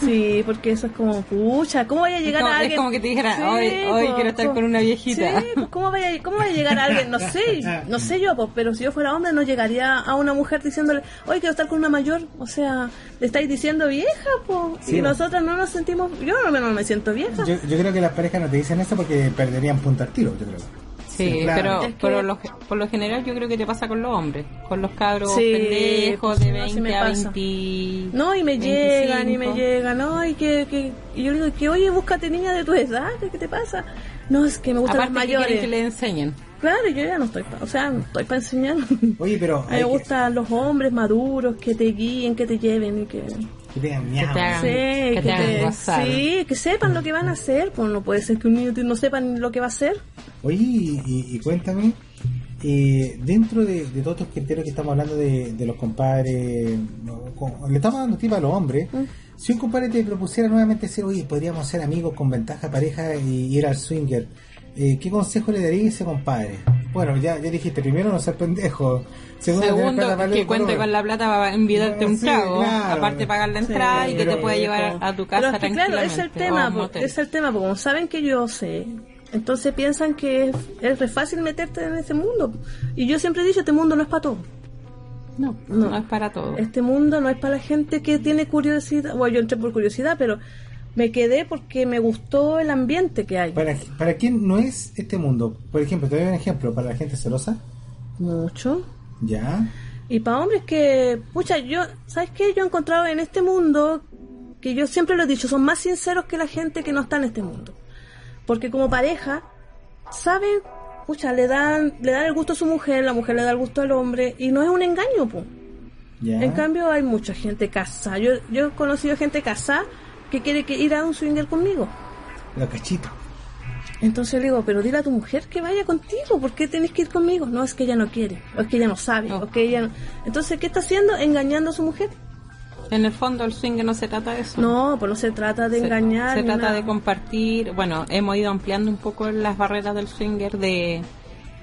[SPEAKER 6] sí, porque eso es como, pucha, ¿cómo voy a llegar
[SPEAKER 5] como-
[SPEAKER 6] a
[SPEAKER 5] es
[SPEAKER 6] alguien?
[SPEAKER 5] como que te dijera, "Hoy- hoy
[SPEAKER 6] pues,
[SPEAKER 5] quiero estar
[SPEAKER 6] pues,
[SPEAKER 5] con una viejita".
[SPEAKER 6] Sí, pues, ¿cómo voy a, cómo voy a llegar a alguien? No sé, no sé yo, pues, pero si yo fuera hombre no llegaría a una mujer diciéndole, hoy quiero estar con una mayor, o sea, le estáis diciendo vieja, pues,
[SPEAKER 4] Sí,
[SPEAKER 6] y
[SPEAKER 4] pues.
[SPEAKER 6] nosotras no nos sentimos, yo no me, no me siento vieja.
[SPEAKER 4] Yo, yo creo que las parejas no te dicen eso porque perderían punto al tiro, yo creo.
[SPEAKER 5] Sí,
[SPEAKER 4] Sí, claro.
[SPEAKER 5] pero,
[SPEAKER 6] Es que-
[SPEAKER 5] pero lo ge- por lo general yo creo que te pasa con los hombres, con los cabros
[SPEAKER 6] Sí,
[SPEAKER 5] pendejos
[SPEAKER 6] pues,
[SPEAKER 5] de
[SPEAKER 6] no, sí
[SPEAKER 5] 20
[SPEAKER 6] me
[SPEAKER 5] a
[SPEAKER 6] pasa.
[SPEAKER 5] 20.
[SPEAKER 6] No, y me llegan, y me
[SPEAKER 5] 25.
[SPEAKER 6] llegan, ay, que, que, y yo digo, que oye, búscate niña de tu edad, ¿qué, qué te pasa? No, es que me gustan
[SPEAKER 5] Aparte
[SPEAKER 6] las
[SPEAKER 5] que quieren
[SPEAKER 6] mayores.
[SPEAKER 5] que le enseñen.
[SPEAKER 6] Claro, yo ya no estoy, pa- o sea, no estoy para enseñar.
[SPEAKER 4] Oye, pero...
[SPEAKER 6] A mí
[SPEAKER 4] hay
[SPEAKER 6] me
[SPEAKER 4] que-
[SPEAKER 6] gustan los hombres maduros que te guíen, que te lleven y que,
[SPEAKER 4] Que te hagan
[SPEAKER 5] te
[SPEAKER 4] miau.
[SPEAKER 5] hagan-
[SPEAKER 6] Sí,
[SPEAKER 5] Ah, que te hagan gozar.
[SPEAKER 6] sí, que sepan lo que van a hacer. Pues no puede ser que un niño te- no sepan lo que va a hacer.
[SPEAKER 4] Oye, y, y- y cuéntame, eh, dentro de, de todos estos criterios que estamos hablando de, de los compadres, no, con- le estamos dando tip a los hombres, si un compadre te propusiera nuevamente decir, oye, podríamos ser amigos con ventaja pareja y ir al swinger, eh, ¿qué consejo le daría a ese compadre? Bueno, ya, ya dijiste, primero no ser pendejo, segundo, tener plata
[SPEAKER 5] Segundo,
[SPEAKER 4] para
[SPEAKER 5] que
[SPEAKER 4] el
[SPEAKER 5] cuente
[SPEAKER 4] valor.
[SPEAKER 5] con la plata para invitarte
[SPEAKER 4] Eh,
[SPEAKER 5] un
[SPEAKER 4] sí,
[SPEAKER 5] trago,
[SPEAKER 4] claro.
[SPEAKER 5] aparte pagar la
[SPEAKER 4] Sí,
[SPEAKER 5] entrada y que te
[SPEAKER 4] pero-
[SPEAKER 5] pueda llevar a tu
[SPEAKER 6] Pero
[SPEAKER 5] casa
[SPEAKER 6] es que,
[SPEAKER 5] tranquilamente.
[SPEAKER 6] claro, es el
[SPEAKER 5] o a
[SPEAKER 6] tema,
[SPEAKER 5] un
[SPEAKER 6] po,
[SPEAKER 5] motel.
[SPEAKER 6] es el tema, porque como saben que yo sé, entonces piensan que es, es re fácil meterte en ese mundo. Y yo siempre he dicho, este mundo no es para todo.
[SPEAKER 5] No,
[SPEAKER 6] No.
[SPEAKER 5] no, es para todo.
[SPEAKER 6] Este mundo no es para la gente que tiene curiosidad. Bueno, yo entré por curiosidad, pero me quedé porque me gustó el ambiente que hay.
[SPEAKER 4] Para, para quien no es este mundo, por ejemplo, te doy un ejemplo, para la gente celosa,
[SPEAKER 6] Mucho.
[SPEAKER 4] ya,
[SPEAKER 6] Y para hombres que, pucha, yo, ¿sabes qué? Yo he encontrado en este mundo, que yo siempre lo he dicho, son más sinceros que la gente que no está en este mundo. Porque como pareja, saben, pucha, le dan, le dan el gusto a su mujer, la mujer le da el gusto al hombre, y no es un engaño, pues.
[SPEAKER 4] ya.
[SPEAKER 6] En cambio, hay mucha gente casada. Yo, yo he conocido gente casada que quiere que ir a un swinger conmigo.
[SPEAKER 4] Los cachitos.
[SPEAKER 6] Entonces le digo, pero dile a tu mujer que vaya contigo, ¿por qué tenés que ir conmigo? No, es que ella no quiere, o es que ella no sabe,
[SPEAKER 5] No.
[SPEAKER 6] o que ella no... Entonces, ¿qué está haciendo? Engañando a su mujer.
[SPEAKER 5] En el fondo el swing no se trata de eso.
[SPEAKER 6] No, pues no se trata de
[SPEAKER 5] se,
[SPEAKER 6] engañar.
[SPEAKER 5] se
[SPEAKER 6] ni
[SPEAKER 5] trata
[SPEAKER 6] nada.
[SPEAKER 5] de compartir. Bueno, hemos ido ampliando un poco las barreras del swinger de,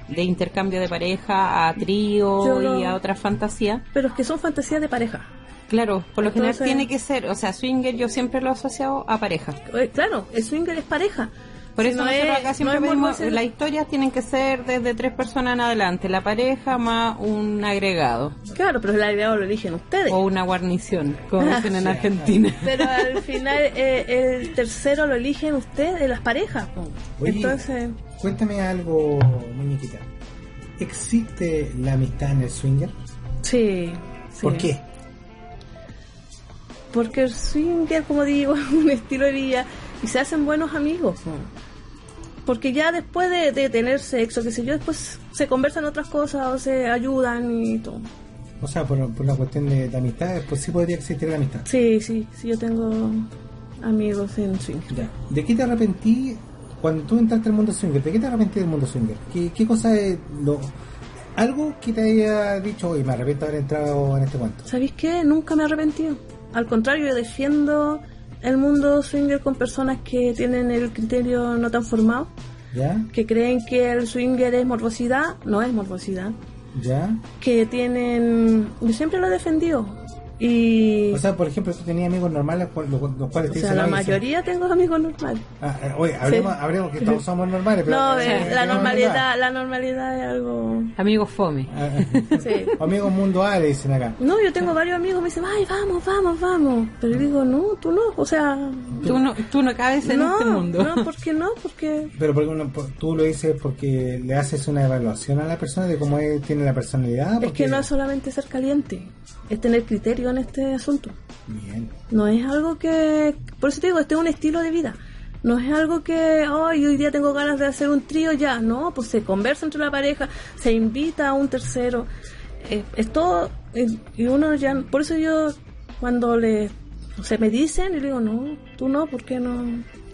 [SPEAKER 5] de intercambio de pareja a
[SPEAKER 6] Yo
[SPEAKER 5] trío
[SPEAKER 6] lo-
[SPEAKER 5] y a otras fantasías.
[SPEAKER 6] Pero es que son fantasías de pareja.
[SPEAKER 5] Claro, por lo general
[SPEAKER 6] Entonces-
[SPEAKER 5] tiene que ser, o sea, swinger yo siempre lo he asociado a pareja.
[SPEAKER 6] Eh, claro, el swinger es pareja.
[SPEAKER 5] Por
[SPEAKER 6] Si
[SPEAKER 5] eso
[SPEAKER 6] no
[SPEAKER 5] nosotros
[SPEAKER 6] es-
[SPEAKER 5] acá siempre
[SPEAKER 6] no es
[SPEAKER 5] pedimos,
[SPEAKER 6] volverse-
[SPEAKER 5] las historias tienen que ser desde tres personas en adelante, la pareja más un agregado
[SPEAKER 6] Claro, pero la idea lo eligen ustedes.
[SPEAKER 5] o una guarnición, como
[SPEAKER 6] Ah,
[SPEAKER 5] dicen en *laughs* Argentina.
[SPEAKER 6] Pero al final eh, el tercero lo eligen ustedes, las parejas. po.
[SPEAKER 4] Oye,
[SPEAKER 6] Entonces,
[SPEAKER 4] Cuéntame algo, muñequita. ¿Existe la amistad en el swinger?
[SPEAKER 6] sí. sí.
[SPEAKER 4] ¿Por qué?
[SPEAKER 6] Porque el swinger, como digo, *laughs* es un estilo de vida y se hacen buenos amigos. po. Porque ya después de, de tener sexo, qué sé yo, después se conversan otras cosas o se ayudan y todo.
[SPEAKER 4] O sea, por, por una cuestión de, de amistad, pues sí podría existir la amistad.
[SPEAKER 6] Sí, sí, sí, yo tengo amigos en swinger.
[SPEAKER 4] Ya. ¿De qué te arrepentí cuando tú entraste al mundo swinger? ¿De qué te arrepentí del mundo swinger? ¿Qué, qué cosa es lo, algo que te haya dicho hoy, me arrepiento de haber entrado en este cuento.
[SPEAKER 6] ¿Sabéis qué? Nunca me he arrepentido. Al contrario, yo defiendo el mundo swinger con personas que tienen el criterio no tan formado,
[SPEAKER 4] ¿Ya?
[SPEAKER 6] que creen que el swinger es morbosidad, no es morbosidad,
[SPEAKER 4] ¿Ya?
[SPEAKER 6] que tienen... Yo siempre lo he defendido. Y...
[SPEAKER 4] O sea, por ejemplo, tú tenías amigos normales, cu- los, los cuales
[SPEAKER 6] o
[SPEAKER 4] te
[SPEAKER 6] sea,
[SPEAKER 4] dicen,
[SPEAKER 6] la
[SPEAKER 4] "Oye,
[SPEAKER 6] mayoría tengo amigos normales.
[SPEAKER 4] sí". Ah, eh, oye, hablemos,
[SPEAKER 6] Sí.
[SPEAKER 4] hablemos que todos somos normales, pero...
[SPEAKER 6] No,
[SPEAKER 4] eh,
[SPEAKER 6] eh, la
[SPEAKER 4] digamos
[SPEAKER 6] normalidad, la normalidad es algo...
[SPEAKER 5] Amigos fome.
[SPEAKER 4] Ah, verdad.
[SPEAKER 6] Sí.
[SPEAKER 4] Amigos mundo A, le dicen acá.
[SPEAKER 6] *laughs* No, yo tengo varios amigos me dicen, ay, vamos, vamos, vamos. Pero yo digo, no, tú no, o sea, no,
[SPEAKER 5] Tú no, tú no cabes en este mundo.
[SPEAKER 6] no, ¿por qué no? Porque
[SPEAKER 4] Pero porque uno- por- tú lo dices porque le haces una evaluación a la persona de cómo es- tiene la personalidad.
[SPEAKER 6] es
[SPEAKER 4] Ah, porque-
[SPEAKER 6] que no es solamente ser caliente, es tener criterio en este asunto.
[SPEAKER 4] Bien.
[SPEAKER 6] No es algo que, por eso te digo, este es un estilo de vida. No es algo que, ay, hoy día tengo ganas de hacer un trío ya. No, pues se conversa entre la pareja, se invita a un tercero. Eh, es todo, eh, y uno ya, por eso yo, cuando le, se me dicen, yo digo, no, tú no, ¿por qué no?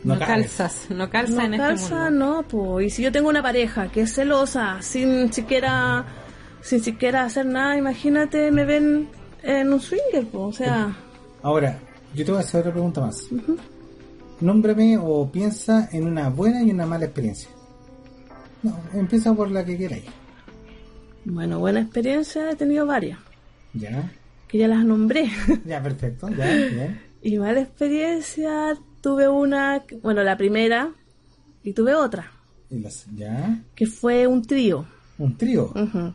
[SPEAKER 5] No,
[SPEAKER 4] cabe.
[SPEAKER 5] calzas, no calza
[SPEAKER 6] No
[SPEAKER 5] en este
[SPEAKER 6] calza,
[SPEAKER 5] mundo.
[SPEAKER 6] no, po. Y si yo tengo una pareja que es celosa, sin siquiera, sin siquiera hacer nada, imagínate, me ven en un swinger, po. O sea,
[SPEAKER 4] Ahora, yo te voy a hacer otra pregunta más. Nómbrame o piensa en una buena y una mala experiencia. No, empieza por la que queráis.
[SPEAKER 6] bueno, buena experiencia, he tenido varias,
[SPEAKER 4] Ya.
[SPEAKER 6] que ya las nombré. *laughs*
[SPEAKER 4] Ya, perfecto. Ya, bien.
[SPEAKER 6] y mala experiencia, tuve una, que- bueno, la primera, y tuve otra,
[SPEAKER 4] Y las- ya.
[SPEAKER 6] que fue un trío.
[SPEAKER 4] Un trío.
[SPEAKER 6] Ujú.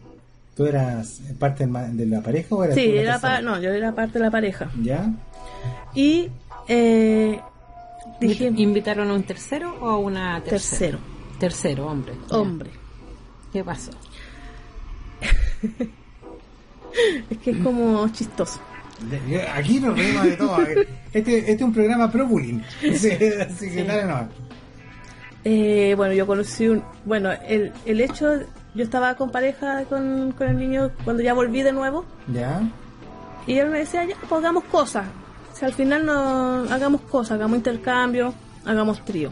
[SPEAKER 4] ¿Tú eras parte ma- de la pareja o eras tú
[SPEAKER 6] Sí,
[SPEAKER 4] una
[SPEAKER 6] era
[SPEAKER 4] persona?
[SPEAKER 6] pa- no, yo era parte de la pareja.
[SPEAKER 4] Ya.
[SPEAKER 6] Y eh, dije,
[SPEAKER 5] ¿Invitaron a un tercero o a una tercera?
[SPEAKER 6] tercero,
[SPEAKER 5] Tercero, hombre. Ya.
[SPEAKER 6] hombre.
[SPEAKER 5] ¿Qué
[SPEAKER 6] *laughs*
[SPEAKER 5] pasó?
[SPEAKER 6] Es que es como chistoso.
[SPEAKER 4] Ya, ya, Aquí nos reímos de
[SPEAKER 6] *laughs*
[SPEAKER 4] todo. a ver. Este, este es un programa pro bullying. *laughs* Sí, así que dale nomás.
[SPEAKER 6] Eh, bueno, yo conocí un... Bueno, el, el hecho... Yo estaba con pareja con, con el niño cuando ya volví de nuevo
[SPEAKER 4] Ya.
[SPEAKER 6] y él me decía, ya, pues hagamos cosas. Si al final no hagamos cosas, hagamos intercambio, hagamos trío.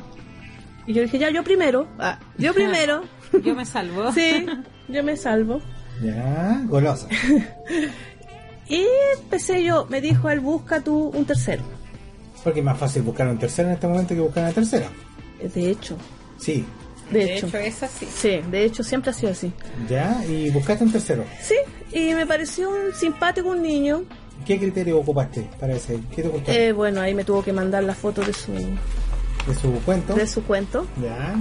[SPEAKER 6] Y yo dije, ya, yo primero. Ah, yo *laughs* primero.
[SPEAKER 5] Yo me salvo.
[SPEAKER 6] sí, yo me salvo.
[SPEAKER 4] Ya. Golosa.
[SPEAKER 6] Y empecé yo, me dijo él, busca tú un tercero.
[SPEAKER 4] Porque es más fácil buscar un tercero en este momento que buscar una tercera.
[SPEAKER 6] Eh, De hecho,
[SPEAKER 4] Sí.
[SPEAKER 6] de, hecho.
[SPEAKER 5] es así.
[SPEAKER 6] Sí, de hecho siempre ha sido así.
[SPEAKER 4] Ya. Y buscaste un tercero.
[SPEAKER 6] Sí, y me pareció un simpático un niño,
[SPEAKER 4] ¿Qué criterio ocupaste para ese? ¿Qué te gustó?
[SPEAKER 6] Eh, bueno, ahí me tuvo que mandar la foto de su,
[SPEAKER 4] ¿De su cuento?
[SPEAKER 6] de su cuento.
[SPEAKER 4] Ya.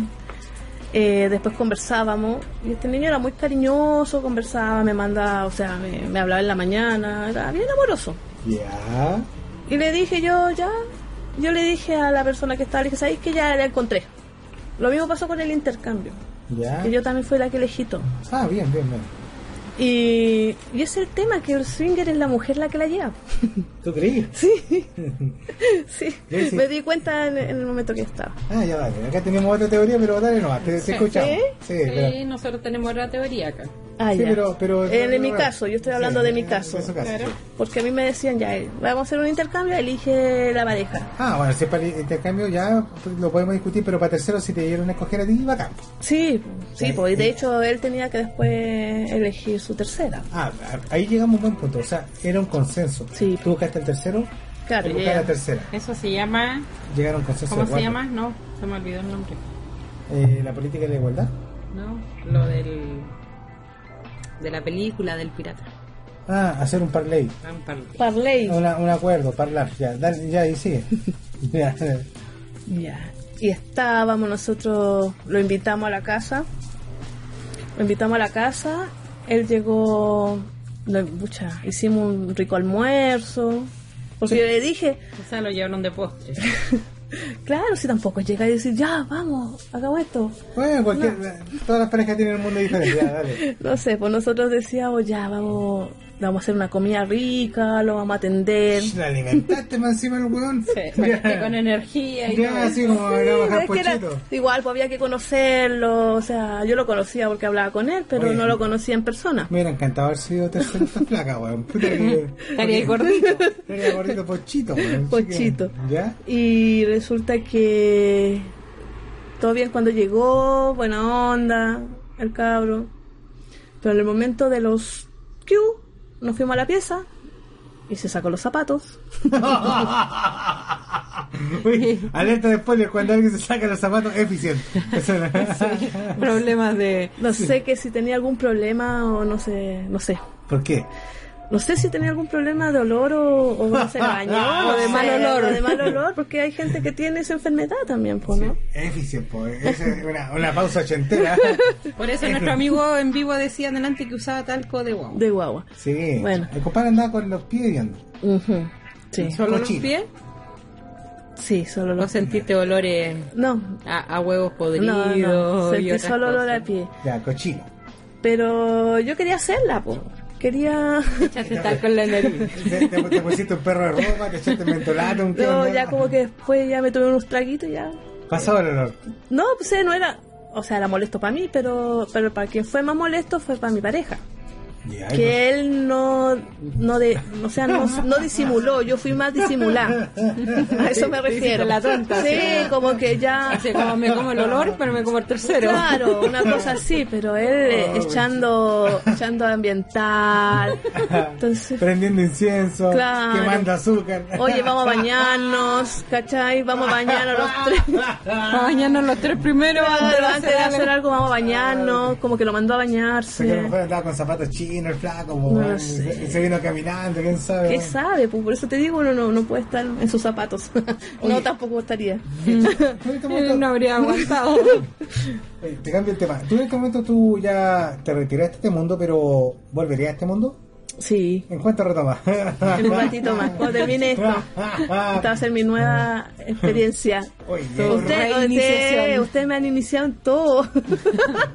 [SPEAKER 6] Eh, después conversábamos y este niño era muy cariñoso, conversaba, me mandaba, o sea, me, me hablaba en la mañana, era bien amoroso.
[SPEAKER 4] Ya.
[SPEAKER 6] Y le dije yo, ya, yo le dije a la persona que estaba, le dije, ¿sabéis que ya la encontré? Lo mismo pasó con el intercambio,
[SPEAKER 4] Ya.
[SPEAKER 6] que yo también fui la que elegí todo.
[SPEAKER 4] Ah, bien, bien, bien.
[SPEAKER 6] Y, y ese es el tema, que el swinger es la mujer la que la lleva. *laughs*
[SPEAKER 4] ¿Tú creí? *laughs*
[SPEAKER 6] Sí, sí,
[SPEAKER 4] Sí, sí.
[SPEAKER 6] me di cuenta en, en el momento que estaba.
[SPEAKER 4] Ah, ya vale. Acá tenemos otra teoría, pero dale nomás. Te, te escuchamos. Sí, pero-
[SPEAKER 5] Sí, nosotros tenemos otra teoría acá.
[SPEAKER 6] Ah,
[SPEAKER 4] Sí,
[SPEAKER 6] ya.
[SPEAKER 4] pero- pero-
[SPEAKER 6] en, en mi
[SPEAKER 4] pero-
[SPEAKER 6] caso, yo estoy hablando
[SPEAKER 4] sí,
[SPEAKER 6] de mi
[SPEAKER 4] de
[SPEAKER 6] caso.
[SPEAKER 4] su caso, Claro. sí.
[SPEAKER 6] Porque a mí me decían, ya, eh, vamos a hacer un intercambio, elige la pareja.
[SPEAKER 4] Ah, bueno, si es para el intercambio ya lo podemos discutir, pero para tercero, si te dieron a escoger a ti, bacán.
[SPEAKER 6] Sí, sí,
[SPEAKER 4] Sí.
[SPEAKER 6] pues, y de hecho él tenía que después elegir su tercera.
[SPEAKER 4] Ah, a- ahí llegamos a un buen punto. O sea, era un consenso.
[SPEAKER 6] Sí.
[SPEAKER 4] Tú buscaste el tercero,
[SPEAKER 6] Claro,
[SPEAKER 4] tú buscaste
[SPEAKER 6] ya-
[SPEAKER 4] la tercera.
[SPEAKER 5] Eso se llama.
[SPEAKER 4] Llegaron a un consenso.
[SPEAKER 5] ¿Cómo
[SPEAKER 4] de
[SPEAKER 5] se
[SPEAKER 4] cuatro.
[SPEAKER 5] llama? No, se me olvidó el nombre.
[SPEAKER 4] Eh, la política de la igualdad.
[SPEAKER 5] No, lo del. de la película del pirata.
[SPEAKER 4] Ah, hacer un parlay.
[SPEAKER 5] Van Parley.
[SPEAKER 6] Parley.
[SPEAKER 4] Una- un acuerdo, parlar. Ya, dale, ya, y sigue. Ya.
[SPEAKER 6] Ya. Y estábamos nosotros, lo invitamos a la casa. Lo invitamos a la casa. Él llegó, lo, pucha, hicimos un rico almuerzo. Porque yo le dije,
[SPEAKER 5] O sea, lo llevaron de postre.
[SPEAKER 6] claro, si tampoco llega y decir, ya, vamos, hagamos esto.
[SPEAKER 4] Bueno, cualquier, todas las parejas tienen un mundo diferente. Ya,
[SPEAKER 6] *laughs*
[SPEAKER 4] dale.
[SPEAKER 6] No sé, pues nosotros decíamos, ya, vamos, vamos a hacer una comida rica, lo vamos a atender.
[SPEAKER 4] La alimentaste más encima el weón.
[SPEAKER 5] Conecté con energía y
[SPEAKER 4] Ya, así como era
[SPEAKER 6] Sí,
[SPEAKER 4] bajar
[SPEAKER 6] es que era-
[SPEAKER 4] pochito.
[SPEAKER 6] igual, pues había que conocerlo, o sea, yo lo conocía porque hablaba con él, pero
[SPEAKER 4] Oye.
[SPEAKER 6] no lo conocía en persona.
[SPEAKER 4] Me hubiera encantado haber sido tercero esta placa, weón. Puta que-
[SPEAKER 5] *laughs* Estaría ahí gordito.
[SPEAKER 4] Estaría gordito pochito, weón.
[SPEAKER 6] Pochito. *laughs*
[SPEAKER 4] ¿Ya?
[SPEAKER 6] Y resulta que todo bien cuando llegó, buena onda, el cabro. Pero en el momento de los Q, nos fuimos a la pieza y se sacó los zapatos.
[SPEAKER 4] Uy, alerta de spoiler cuando alguien se saca los zapatos eficiente. Eso no-
[SPEAKER 5] Problemas de.
[SPEAKER 6] No sé que si tenía algún problema o no sé, no sé.
[SPEAKER 4] ¿Por qué?
[SPEAKER 6] No sé si tenía algún problema de olor o, o no
[SPEAKER 5] *laughs*
[SPEAKER 6] se bañó.
[SPEAKER 5] O de
[SPEAKER 6] no
[SPEAKER 5] mal
[SPEAKER 6] sé,
[SPEAKER 5] olor.
[SPEAKER 6] o de mal olor, porque hay gente que tiene esa enfermedad también, pues, ¿no?
[SPEAKER 4] Eficiente, pues. Esa es una, una pausa ochentera.
[SPEAKER 5] Por eso nuestro amigo en vivo decía adelante que usaba talco de guau.
[SPEAKER 6] De guagua.
[SPEAKER 4] Sí.
[SPEAKER 6] Bueno.
[SPEAKER 4] El compadre andaba con los pies viendo.
[SPEAKER 6] Ujú. Sí,
[SPEAKER 5] ¿Solo los
[SPEAKER 4] Cochino.
[SPEAKER 5] pies?
[SPEAKER 6] sí, solo
[SPEAKER 5] ¿O
[SPEAKER 6] los...
[SPEAKER 5] sentiste olores
[SPEAKER 6] No,
[SPEAKER 5] a, a huevos podridos?
[SPEAKER 6] no, no.
[SPEAKER 5] y
[SPEAKER 6] Sentí
[SPEAKER 5] otras
[SPEAKER 6] solo olor
[SPEAKER 5] cosas?
[SPEAKER 6] a pie.
[SPEAKER 4] Ya, cochino.
[SPEAKER 6] Pero yo quería hacerla, pues.
[SPEAKER 5] *laughs*
[SPEAKER 6] Quería...
[SPEAKER 5] Echaste talco en la nariz.
[SPEAKER 4] Te, te- te pusiste un perro de ropa, te echaste mentolato, un
[SPEAKER 6] No,
[SPEAKER 4] quedo-
[SPEAKER 6] ya como que después ya me tomé unos traguitos y ya...
[SPEAKER 4] Pasó el olor.
[SPEAKER 6] No, pues eh, no era... O sea, era molesto para mí, pero, pero para quien fue más molesto fue para mi pareja.
[SPEAKER 4] Ya,
[SPEAKER 6] que él no no de o sea no, no disimuló yo fui más disimulada a eso me refiero
[SPEAKER 5] la tonta,
[SPEAKER 6] sí
[SPEAKER 5] sí.
[SPEAKER 6] como que ya
[SPEAKER 5] Así como me como el olor, pero me como el tercero.
[SPEAKER 6] claro una cosa así pero él
[SPEAKER 5] Ah,
[SPEAKER 6] eh, echando echando ambiental entonces
[SPEAKER 4] Prendiendo incienso,
[SPEAKER 6] Claro.
[SPEAKER 4] quemando azúcar.
[SPEAKER 6] oye vamos a bañarnos ¿cachai? vamos a bañarnos los
[SPEAKER 5] *laughs*
[SPEAKER 6] tres
[SPEAKER 5] Para bañarnos los tres primeros
[SPEAKER 6] Claro, antes de
[SPEAKER 5] algo.
[SPEAKER 6] hacer algo vamos a bañarnos como que lo mandó a
[SPEAKER 4] Porque a lo
[SPEAKER 6] bañarse
[SPEAKER 4] mejor andaba con zapatos chinos, el flaco, po,
[SPEAKER 6] No
[SPEAKER 4] weón,
[SPEAKER 6] sé.
[SPEAKER 4] y se vino caminando, quién sabe.
[SPEAKER 6] ¿Qué
[SPEAKER 4] weón.
[SPEAKER 6] sabe? Pues por eso te digo, uno no, no puede estar en sus zapatos.
[SPEAKER 4] Oye.
[SPEAKER 6] No, tampoco estaría.
[SPEAKER 4] Tú
[SPEAKER 6] *laughs*
[SPEAKER 4] en este
[SPEAKER 5] Eh,
[SPEAKER 4] momento-
[SPEAKER 5] *laughs* No habría aguantado.
[SPEAKER 4] Oye, Te cambio el tema. Tú en este momento tú ya te retiraste de este mundo, pero ¿volverías a este mundo?
[SPEAKER 6] Sí,
[SPEAKER 4] ¿En cuánto retomas?
[SPEAKER 6] en *laughs* un ratito más,
[SPEAKER 4] *laughs*
[SPEAKER 5] *laughs*
[SPEAKER 6] cuando termine esto. Esta va a ser mi nueva experiencia.
[SPEAKER 4] Oye,
[SPEAKER 6] Usted- Usted, usted,
[SPEAKER 5] Reiniciación.
[SPEAKER 6] me han iniciado en todo.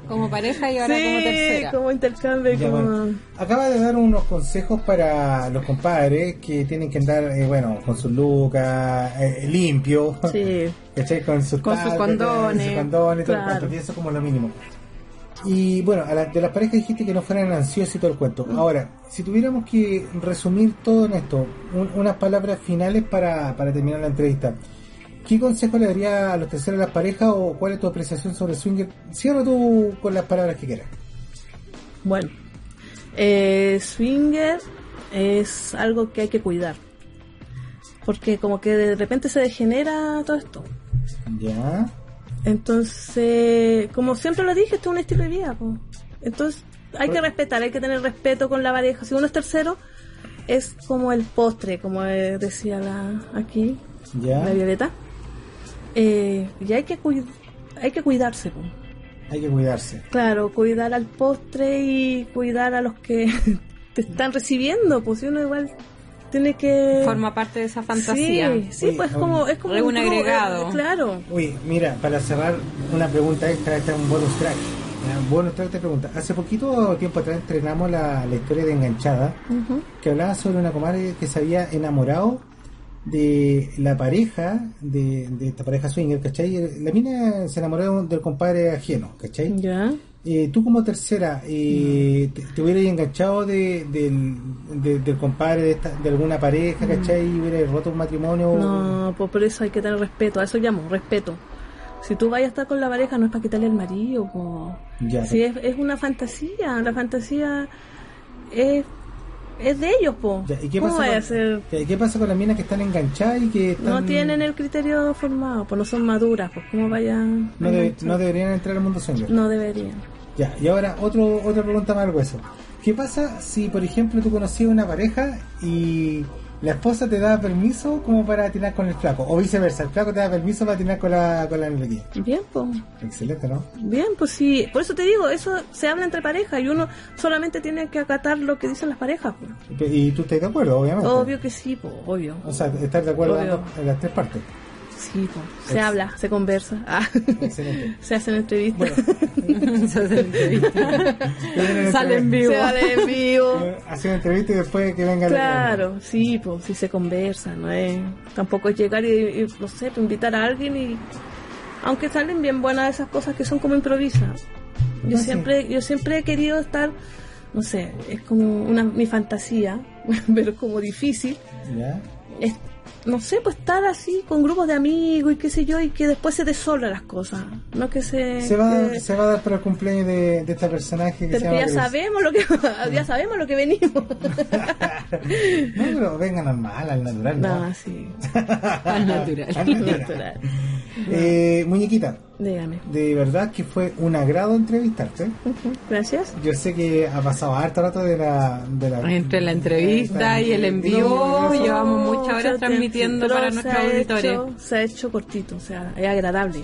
[SPEAKER 5] Como pareja y ahora como
[SPEAKER 6] sí,
[SPEAKER 5] tercera.
[SPEAKER 6] como intercambio. y
[SPEAKER 4] Ya, bueno.
[SPEAKER 6] Como...
[SPEAKER 4] Acaba de dar unos consejos para los compadres que tienen que andar, eh, bueno, con sus lucas, eh, limpio.
[SPEAKER 6] Sí.
[SPEAKER 4] ¿cachai? Con sus
[SPEAKER 5] Con sus
[SPEAKER 4] tablas,
[SPEAKER 5] condones,
[SPEAKER 4] sus condones, todo el
[SPEAKER 6] claro.
[SPEAKER 4] cuento, y eso como lo mínimo. Y bueno, a la- de las parejas dijiste que no fueran ansiosas y todo el cuento.
[SPEAKER 5] Mm.
[SPEAKER 4] Ahora, si tuviéramos que resumir todo en esto, un- unas palabras finales para, para terminar la entrevista. ¿Qué consejo le daría a los terceros de las parejas o cuál es tu apreciación sobre el swinger? Cierra tú con las palabras que quieras.
[SPEAKER 6] Bueno, eh, swinger es algo que hay que cuidar. Porque como que de repente se degenera todo esto.
[SPEAKER 4] Ya.
[SPEAKER 6] Entonces, como siempre lo dije, esto es un estilo de vida. po. Entonces, hay que respetar, hay que tener respeto con la pareja. Si uno es tercero, es como el postre, como eh, decía la, aquí
[SPEAKER 4] Ya.
[SPEAKER 6] la Violeta. Eh, y hay que, cuid- hay que cuidarse. po.
[SPEAKER 4] Hay que cuidarse.
[SPEAKER 6] Claro, cuidar al postre y cuidar a los que *laughs* te están recibiendo. Pues si uno igual tiene que...
[SPEAKER 5] Forma parte de esa fantasía. *laughs*
[SPEAKER 6] Sí, sí,
[SPEAKER 4] Oye,
[SPEAKER 6] pues es como... Es como
[SPEAKER 5] es un
[SPEAKER 6] club,
[SPEAKER 5] agregado.
[SPEAKER 6] eh, claro.
[SPEAKER 4] Uy, mira, para cerrar una pregunta extra, esta es un bonus track. Ya, Un bonus track te pregunta. Hace poquito tiempo atrás entrenamos la, la historia de Enganchada,
[SPEAKER 6] Ujú.
[SPEAKER 4] que hablaba sobre una comadre que se había enamorado de la pareja, de, de esta pareja swinger, ¿cachai? La mina se enamoró de un- del compadre ajeno, ¿cachai?
[SPEAKER 6] Ya.
[SPEAKER 4] Eh, tú como tercera, eh, te, te hubieras enganchado de, del, de- del compadre de, esta- de alguna pareja, ¿cachai? Y hubieras roto un matrimonio.
[SPEAKER 6] Mm. No, pues por eso hay que tener respeto, a eso llamo, respeto. Si tú vayas a estar con la pareja no es para quitarle el marido, po.
[SPEAKER 4] Ya,
[SPEAKER 6] Si es, es una fantasía, la fantasía es, es de ellos, po.
[SPEAKER 4] Ya, ¿y qué
[SPEAKER 6] ¿Cómo
[SPEAKER 4] pasa,
[SPEAKER 6] vaya
[SPEAKER 4] con,
[SPEAKER 6] a ser?
[SPEAKER 4] ¿qué, qué pasa con las minas que están enganchadas y que están-
[SPEAKER 6] No tienen el criterio formado, pues no son maduras, pues cómo vayan...
[SPEAKER 4] no, de- no deberían entrar al mundo swinger?
[SPEAKER 6] No deberían.
[SPEAKER 4] Ya, y ahora otro, otra pregunta más al hueso. ¿Qué pasa si, por ejemplo, tú conocías una pareja y la esposa te da permiso como para tirar con el flaco? O viceversa, el flaco te da permiso para tirar con la, con la niña.
[SPEAKER 6] Bien, pues.
[SPEAKER 4] Excelente, ¿no?
[SPEAKER 6] Bien, pues sí, por eso te digo, eso se habla entre parejas y uno solamente tiene que acatar lo que dicen las parejas. po.
[SPEAKER 4] Y tú estás de acuerdo, obviamente.
[SPEAKER 6] Obvio que sí, po, obvio.
[SPEAKER 4] O sea, estar de acuerdo
[SPEAKER 6] Obvio.
[SPEAKER 4] ambas- en las tres partes.
[SPEAKER 6] Sí, po. se
[SPEAKER 4] Ex-
[SPEAKER 6] habla, se conversa, Ah.
[SPEAKER 4] Excelente.
[SPEAKER 6] *laughs*
[SPEAKER 4] *laughs*
[SPEAKER 6] se hacen entrevistas,
[SPEAKER 4] Bueno,
[SPEAKER 5] Se hace la entrevista. *laughs* Sale en vivo.
[SPEAKER 6] *laughs* se habla en vivo.
[SPEAKER 4] eh, hacer una entrevista y después que venga la-
[SPEAKER 6] Claro, sí, pues sí se conversa, no es. Tampoco es llegar y, y, no sé, pues, invitar a alguien y aunque salen bien buenas esas cosas que son como improvisadas. Yo
[SPEAKER 4] Ah, sí.
[SPEAKER 6] siempre, yo siempre he querido estar, no sé, *laughs* es como una mi fantasía, pero es como difícil
[SPEAKER 4] Ya.
[SPEAKER 6] es no sé, pues estar así con grupos de amigos y qué sé yo, y que después se te sobran las cosas. No que se.
[SPEAKER 4] Se va,
[SPEAKER 6] que-
[SPEAKER 4] se va a dar para el cumpleaños de, de este personaje que
[SPEAKER 6] pero
[SPEAKER 4] se
[SPEAKER 6] que
[SPEAKER 4] llama
[SPEAKER 6] ya
[SPEAKER 4] Chris.
[SPEAKER 6] sabemos lo que ya sabemos lo que venimos.
[SPEAKER 4] No, pero venga normal, al natural.
[SPEAKER 6] no,
[SPEAKER 4] No.
[SPEAKER 6] sí.
[SPEAKER 4] *laughs*
[SPEAKER 3] Al natural.
[SPEAKER 4] Al natural.
[SPEAKER 6] Natural.
[SPEAKER 4] Eh, muñequita,
[SPEAKER 6] Dígame.
[SPEAKER 4] de verdad que fue un agrado entrevistarte.
[SPEAKER 6] Ujú, Gracias.
[SPEAKER 4] Yo sé que ha pasado harto rato de la... De la
[SPEAKER 5] Entre la entrevista y el envío,
[SPEAKER 4] No, eso-
[SPEAKER 5] Oh, llevamos muchas
[SPEAKER 6] mucho
[SPEAKER 5] horas
[SPEAKER 6] tiempo,
[SPEAKER 5] transmitiendo
[SPEAKER 6] pero
[SPEAKER 5] para
[SPEAKER 6] se
[SPEAKER 5] nuestros
[SPEAKER 6] ha
[SPEAKER 5] auditores.
[SPEAKER 6] hecho- se ha hecho cortito, o sea, es agradable.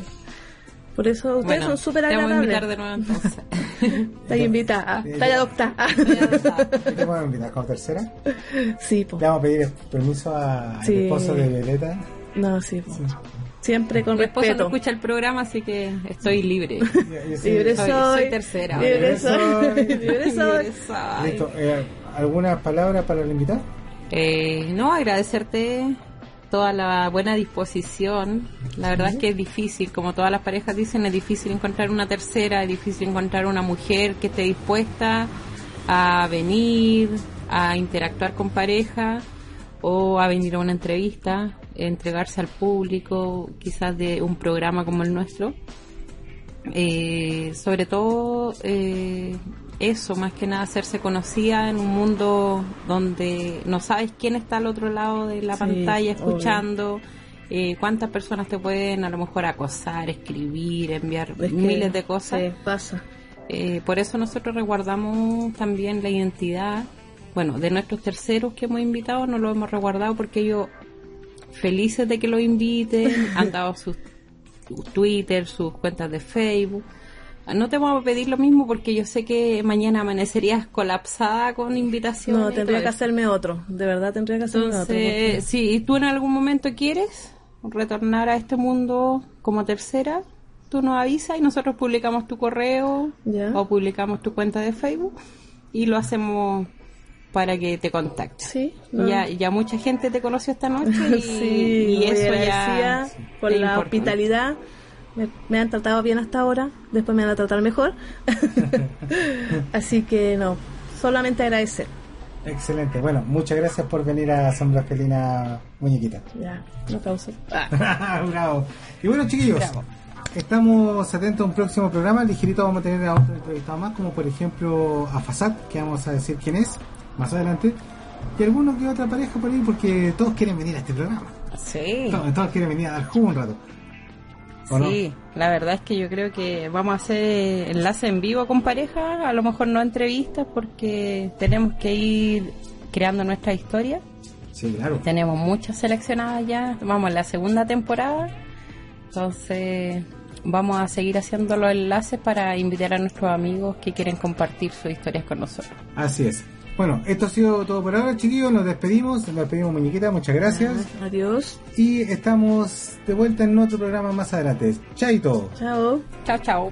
[SPEAKER 6] Por eso ustedes
[SPEAKER 5] Bueno,
[SPEAKER 6] son súper
[SPEAKER 5] te vamos a invitar
[SPEAKER 6] agradables.
[SPEAKER 5] de nuevo entonces.
[SPEAKER 6] Está invitada, está adoptada.
[SPEAKER 5] *laughs*
[SPEAKER 4] ¿Te vamos a invitar como tercera?
[SPEAKER 6] *laughs* sí, po.
[SPEAKER 4] Le vamos a pedir permiso a- al
[SPEAKER 6] Sí.
[SPEAKER 4] esposo de Violeta.
[SPEAKER 6] No, sí, po. Siempre con
[SPEAKER 5] Mi esposo no
[SPEAKER 6] respeto.
[SPEAKER 5] escucha el programa, así que estoy libre.
[SPEAKER 4] Yo- yo sí-
[SPEAKER 6] Libre
[SPEAKER 5] Soy-
[SPEAKER 6] soy,
[SPEAKER 5] soy tercera.
[SPEAKER 6] Libre soy, *laughs*
[SPEAKER 4] Libre soy.
[SPEAKER 6] libre soy.
[SPEAKER 5] Libre soy.
[SPEAKER 4] Listo. eh, ¿Algunas palabras para el invitado?
[SPEAKER 5] Eh, no, agradecerte toda la buena disposición. La verdad es que es difícil, como todas las parejas dicen, es difícil encontrar una tercera, es difícil encontrar una mujer que esté dispuesta a venir, a interactuar con pareja o a venir a una entrevista, entregarse al público, quizás de un programa como el nuestro. Eh, sobre todo eh, eso, más que nada hacerse conocida en un mundo donde no sabes quién está al otro lado de la
[SPEAKER 6] Sí,
[SPEAKER 5] pantalla escuchando, eh, cuántas personas te pueden a lo mejor acosar, escribir, enviar
[SPEAKER 6] Es que-
[SPEAKER 5] miles de cosas.
[SPEAKER 6] Sí, pasa.
[SPEAKER 5] Eh, por eso nosotros resguardamos también la identidad, bueno, de nuestros terceros que hemos invitado, no lo hemos resguardado porque ellos felices de que lo inviten, han dado sus sus Twitter, sus cuentas de Facebook. Ah, No te vamos a pedir lo mismo porque yo sé que mañana amanecerías colapsada con invitaciones.
[SPEAKER 6] No,
[SPEAKER 5] y
[SPEAKER 6] tendría
[SPEAKER 5] todo
[SPEAKER 6] que
[SPEAKER 5] eso.
[SPEAKER 6] hacerme otro. De verdad tendría que hacerme otro. porque-
[SPEAKER 5] Entonces, si tú en algún momento quieres retornar a este mundo como tercera, tú nos avisas y nosotros publicamos tu correo
[SPEAKER 6] Ya.
[SPEAKER 5] o publicamos tu cuenta de Facebook y lo hacemos para que te contactes.
[SPEAKER 6] Sí, no.
[SPEAKER 5] Ya, ya mucha gente te conoció esta *laughs* noche y,
[SPEAKER 6] *laughs* sí,
[SPEAKER 5] y
[SPEAKER 6] muy
[SPEAKER 5] eso ya
[SPEAKER 6] agradecida por
[SPEAKER 5] es
[SPEAKER 6] la
[SPEAKER 5] importante.
[SPEAKER 6] hospitalidad. Me, me han tratado bien hasta ahora, después me van a
[SPEAKER 5] *laughs*
[SPEAKER 6] tratar mejor. Así que no, solamente agradecer.
[SPEAKER 4] Excelente. Bueno, muchas gracias por venir a Sombra Felina Muñequita. *laughs*
[SPEAKER 6] Ya, no pauso.
[SPEAKER 5] Ah,
[SPEAKER 4] Bravo. Y bueno, chiquillos, estamos atentos a un próximo programa. Ligerito vamos a tener a otro entrevistado más, como por ejemplo a Fasat, que vamos a decir quién es más adelante. Y alguno que otra pareja por ahí, porque todos quieren venir a este programa.
[SPEAKER 5] Sí.
[SPEAKER 4] Todos, todos quieren venir a dar jugo un rato. ¿O no?
[SPEAKER 5] Sí, la verdad es que yo creo que vamos a hacer enlace en vivo con pareja, a lo mejor no entrevistas porque tenemos que ir creando nuestra historia.
[SPEAKER 4] Sí, claro.
[SPEAKER 5] Tenemos muchas seleccionadas ya, vamos en la segunda temporada, entonces vamos a seguir haciendo los enlaces para invitar a nuestros amigos que quieren compartir sus historias con nosotros.
[SPEAKER 4] Así es. Bueno, esto ha sido todo por ahora, chiquillos. Nos despedimos. Nos despedimos, muñequita. Muchas gracias.
[SPEAKER 6] Adiós.
[SPEAKER 4] Y estamos de vuelta en otro programa más adelante. Chaito.
[SPEAKER 6] Chao.
[SPEAKER 5] Chao, chao.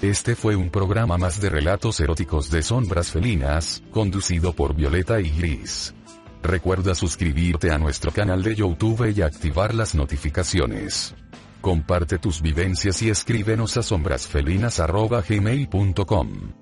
[SPEAKER 1] Este fue un programa más de relatos eróticos de sombras felinas, conducido por Violeta y Gris. Recuerda suscribirte a nuestro canal de YouTube y activar las notificaciones. Comparte tus vivencias y escríbenos a sombrasfelinas.gmail.com.